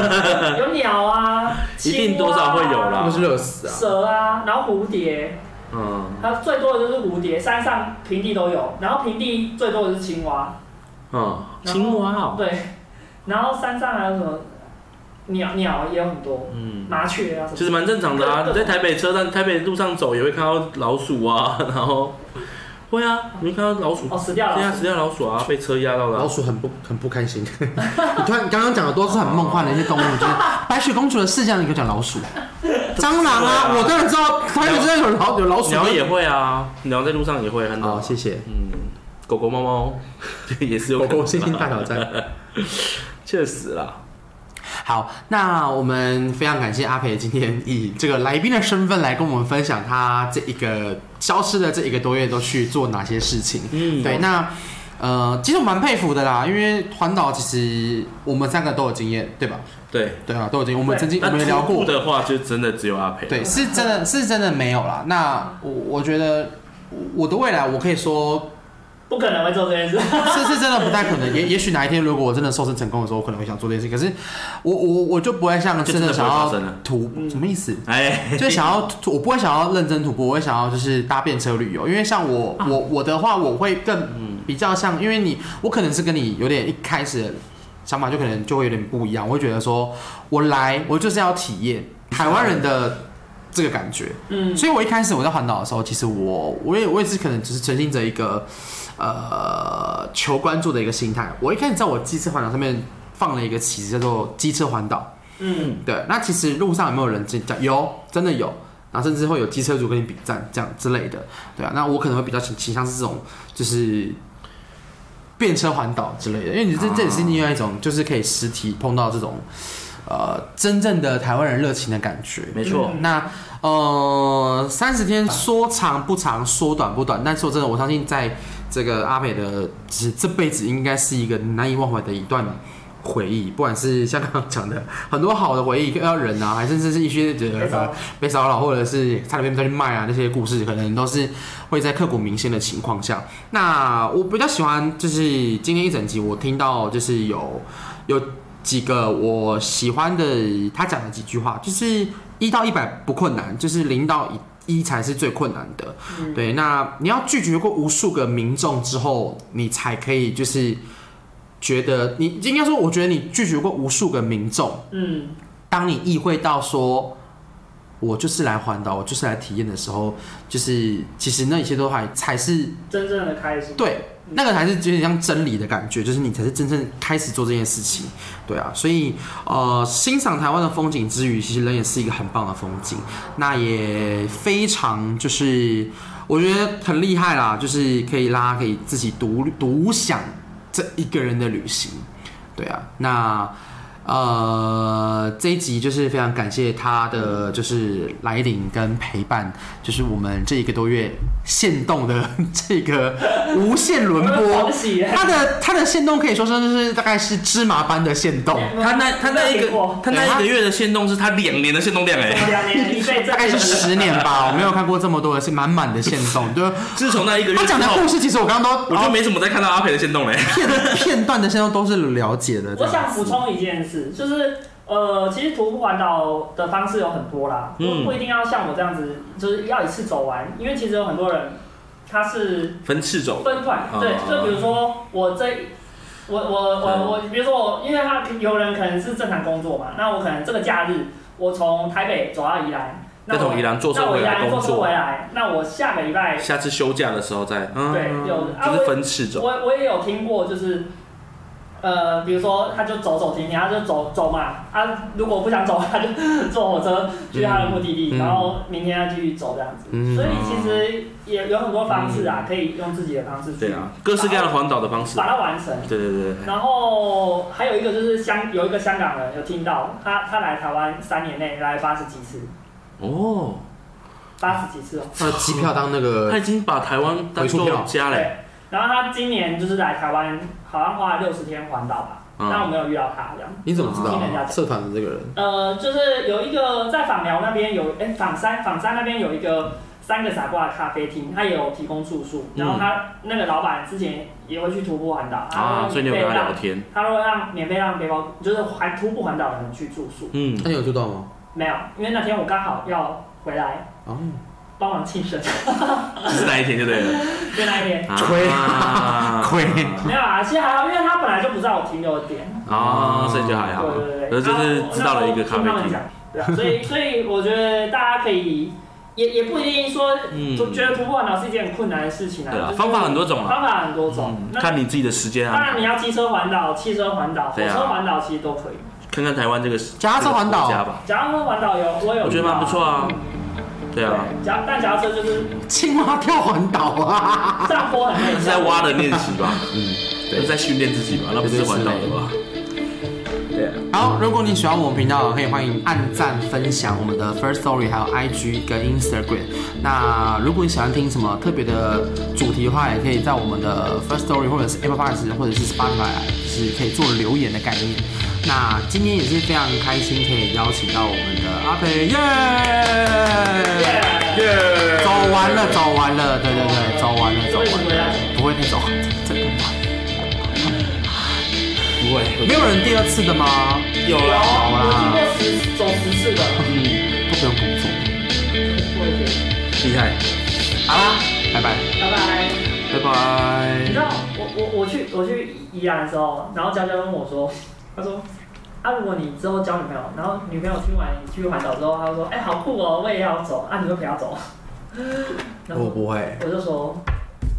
S3: 有鸟啊，
S2: 一定
S3: 青蛙
S2: 多
S3: 啊
S2: 少会有
S5: 他
S2: 啦
S5: 们是热死啊！
S3: 蛇啊，然后蝴蝶，
S2: 嗯
S3: 它最多的就是蝴蝶，山上平地都有，然后平地最多的是青蛙，
S2: 嗯，
S3: 然后
S2: 青蛙哦，
S3: 对，然后山上还有什么鸟鸟也有很多，
S2: 嗯，
S3: 麻雀啊什么，
S2: 其实蛮正常的 啊。你在台北车站、台北路上走也会看到老鼠啊， 然后会啊，你会看到老鼠，
S3: 哦死掉了，
S2: 对啊，死掉老鼠啊，被车压到
S5: 老
S2: 了。
S5: 鼠很不很不开心，
S1: 你突然刚刚讲的都是很梦幻的一些动物，就是 白雪公主的事件，你给我讲老鼠、蟑螂啊，我当然知道，当然知道有老有老鼠。哦
S2: 鸟也会啊，鸟在路上也会看
S5: 好，
S2: 到。
S5: 谢谢。
S2: 嗯，狗狗、猫猫 也是有
S5: 狗
S2: 可能
S5: 狗
S2: 啦
S5: 星星大挑战，
S2: 确实啦。
S1: 好，那我们非常感谢阿培今天以这个来宾的身份来跟我们分享他这一个消失的这一个多月都去做哪些事情。
S2: 嗯，
S1: 对，那呃，其实我蛮佩服的啦，因为环岛其实我们三个都有经验，对吧？
S2: 对。
S1: 对啊，都有经验。我们
S3: 对
S1: 曾经我
S2: 那
S1: 们也聊
S2: 徒步
S1: 过，
S2: 的话，就真的只有阿培。
S1: 对，是真的是真的没有啦。那我我觉得我的未来，我可以说
S3: 不可能会做这 件事，
S1: 这是真的不太可能。也也许哪一天，如果我真的瘦身成功的时候，我可能会想做这件事。可是我我我就不会像
S2: 就
S1: 真
S2: 真的
S1: 的
S2: 不会
S1: 想
S2: 发
S1: 要
S2: 生了。
S1: 徒
S3: 嗯
S1: 什么意思？
S2: 哎，
S1: 就想要我不会想要认真徒步，我会想要就是搭便车旅游。因为像我我我的话，我会更
S2: 嗯
S1: 比较像，因为你我可能是跟你有点一开始的想法就可能就会有点不一样。我会觉得说我来我就是要体验台湾人的这个感觉。
S3: 嗯，
S1: 所以我一开始我在环岛的时候，其实我我也我也是可能只是存心着一个呃求关注的一个心态。我一开始在我机车环岛上面放了一个旗子，叫做机车环岛。
S3: 嗯，
S1: 对，那其实路上有没有人这样？有，真的有。然后甚至会有机车主跟你比赞这样之类的，对啊。那我可能会比较倾倾向是这种，就是变车环岛之类的，因为你这
S2: 啊
S1: 这也是另外一种，就是可以实体碰到这种呃真正的台湾人热情的感觉。
S2: 没
S3: 嗯
S2: 错，
S1: 那呃，三十天说长不长，说短不短，但说真的，我相信在这个阿美的，就是这辈子应该是一个难以忘怀的一段回忆，不管是像刚刚讲的很多好的回忆，要人啊，还甚至是一些
S3: 没错
S1: 呃被骚扰，或者是差点被被卖啊那些故事，可能都是会在刻骨铭心的情况下。那我比较喜欢就是今天一整集，我听到就是有有几个我喜欢的，他讲的几句话，就是一到一百不困难，就是零到一一才是最困难的。
S3: 嗯
S1: 对，那你要拒绝过无数个民众之后，你才可以就是觉得你应该说，我觉得你拒绝过无数个民众，
S3: 嗯，
S1: 当你意会到说，我就是来环岛，我就是来体验的时候，就是其实那一切都还才是
S3: 真正的开始，
S1: 对，那个才是有点像真理的感觉，就是你才是真正开始做这件事情，对啊，所以呃，欣赏台湾的风景之余，其实人也是一个很棒的风景，那也非常就是我觉得很厉害啦，就是可以拉可以自己独独享这一个人的旅行，对啊，那呃，这一集就是非常感谢他的就是来临跟陪伴，就是我们这一个多月限动的 这个无限轮播
S3: 狂。喜耶，
S1: 他的他的限动可以说真的是大概是芝麻般的限动，
S2: 他那他那一个他那一个月的限动是他两年的限动量哎、
S3: 两年一 辈子，
S1: 大概是十年吧，我没有看过这么多的是满满的限动，就
S2: 自从那一个月
S1: 他
S2: 之
S1: 讲的
S2: 后
S1: 故，事，其实我刚刚都
S2: 我就没怎么再看到阿培的限动哎嘞、
S1: 片 片段的限动都是了解的。
S3: 我想补充一件事，就是呃，其实徒步环岛的方式有很多啦，不、
S2: 嗯
S3: 不一定要像我这样子，就是要一次走完，因为其实有很多人他是
S2: 分次走，
S3: 分段，
S2: 啊
S3: 对，就比如说我这。我我我我，比如说我，因为他有人可能是正常工作嘛，那我可能这个假日我从台北走到宜兰，那
S2: 再
S3: 我
S2: 从宜兰坐
S3: 那
S2: 车
S3: 我
S2: 回
S3: 宜
S2: 来
S3: 兰坐
S2: 工
S3: 车回
S2: 作，
S3: 来，那我下个礼拜
S2: 下次休假的时候再，嗯，
S3: 对有啊
S2: 就是分次走，
S3: 我我也有听过，就是呃，比如说他就走走停停，他就走走嘛，他如果不想走， 他就坐火车去他的目的地，
S1: 嗯嗯
S3: 然后明天他继续走这样子。
S1: 嗯
S3: 所以其实也有很多方式啊，可以用自己的方式去
S2: 对啊，各式各样的环岛的方式
S3: 把，它完成。
S2: 对对对，
S3: 然后还有一个就是香，有一个香港人有听到，他他来台湾三年内来八十几次，
S2: 哦，
S3: 八十几次哦。
S1: 他的机票当那
S2: 他
S1: 个
S2: 已经把台湾当
S1: 回
S2: 做
S1: 出
S2: 家嘞，
S3: 对，然后他今年就是来台湾，好像花了六十天环岛吧，
S2: 嗯
S3: 但我没有遇到他这样。
S5: 你怎么知道
S3: 听人家
S5: 啊
S3: 讲
S5: 社团的这个人？
S3: 呃，就是有一个在访寮那边有，哎、访山访山那边有一个三个傻瓜的咖啡厅，它也有提供住宿，然后他那个老板之前也会去徒步环岛，
S2: 嗯啊，所以你有
S3: 免
S2: 跟
S3: 费
S2: 他聊
S3: 让
S2: 天，
S3: 他都会让免费让背包，就是还徒步环岛的人去住宿，
S2: 嗯，
S5: 那你有做到吗？
S3: 没有，因为那天我刚好要回来
S5: 哦，
S3: 帮忙庆 生，
S2: 就是那一天就对了，
S3: 就那一 天。
S1: 亏
S2: 啊
S1: 亏
S3: 没有啊，其实还好，因为他本来就不在我停留的点，
S2: 啊，所以就还好，
S3: 对对
S2: 可
S3: 对，
S2: 是就是知道了一个咖啡
S3: 然后我听他们
S2: 厅
S3: 讲，对啊，所以 所以我觉得大家可以，也也不一定说
S2: 嗯，
S3: 就觉得突破环岛是一件很困难的事情啊。
S2: 对啊
S3: 就，是
S2: 方法很多种啊，
S3: 方法很多种。
S2: 嗯，
S3: 那
S2: 看你自己的时间
S3: 当
S2: 啊
S3: 然，你要机车环岛、汽车环岛、火
S2: 对啊
S3: 车环岛，其实都可以。
S2: 看看台湾这个
S1: 夹车环岛
S2: 这个国家吧，
S3: 脚踏车环岛有我有，
S2: 我觉得蛮不错。啊，对
S3: 对
S2: 啊，，
S3: 脚但脚踏车就是
S1: 青蛙跳环岛啊，
S3: 上坡很累，
S2: 那是 在挖的练习吧，
S5: 嗯，
S2: 那是在训练自己吧，那不是环岛的吧？对啊，
S1: 好，如果你喜欢我们频道，可以欢迎按赞、分享我们的 First Story，还有 IG 跟 Instagram。那如果你喜欢听什么特别的主题的话，也可以在我们的 First Story 或者是 Apple Podcast 或者是 Spotify，就是可以做留言的概念。那今天也是非常开心，可以邀请到我们的阿培，耶、
S3: 耶
S1: 走
S2: 啊
S1: 完了，走完了，对对对，走完了，走
S3: 为什
S1: 完
S3: 么
S1: 了
S3: 呀，
S1: 不会那种，真的
S2: 不会，
S1: 没有人第二次的吗？
S2: 有
S3: 有，
S2: 啦，
S3: 我经过十走十次的，
S2: 嗯，
S1: 不不用工作。
S3: 我也觉得。
S2: 厉害，
S1: 好啦，拜拜，
S3: 拜拜。
S1: 拜拜
S3: 你知道我我我去我去宜兰的时候，然后娇娇跟我说，她说。啊，如果你之后交女朋友，然后女朋友去玩去环岛之后，她就说，哎、好酷哦，我也要走，啊，你就陪她走。然后
S5: 我不会，
S3: 我就说，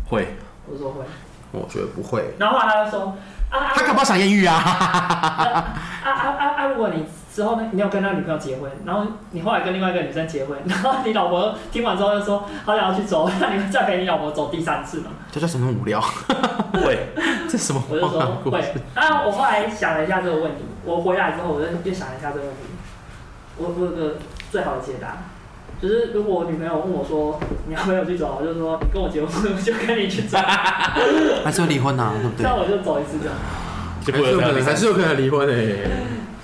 S2: 会，
S3: 我就说会。
S5: 我觉得不会。
S3: 然后后来他就说，啊啊
S1: 他搞不好想艳遇啊！
S3: 啊啊啊啊！如果你之后没有跟那个女朋友结婚，然后你后来跟另外一个女生结婚，然后你老婆听完之后就说，好想要去走，那你会再陪你老婆走第三次吗？
S1: 这叫什么无聊？
S2: 会，
S1: 这什么
S3: 我就说
S1: 荒唐故
S3: 会
S1: 事？。
S3: 啊，我后来想了一下这个问题，我回来之后我就又想了一下这个问题，我我有个最好的解答，就是如果我女朋友问我说你要不要去走，我就说你跟我结婚，我就跟你去走，
S1: 还是会离婚啊，对不
S3: 这
S1: 对？
S3: 样我就走一次这样。
S2: 就
S5: 还是有可能，还是有可能离婚诶、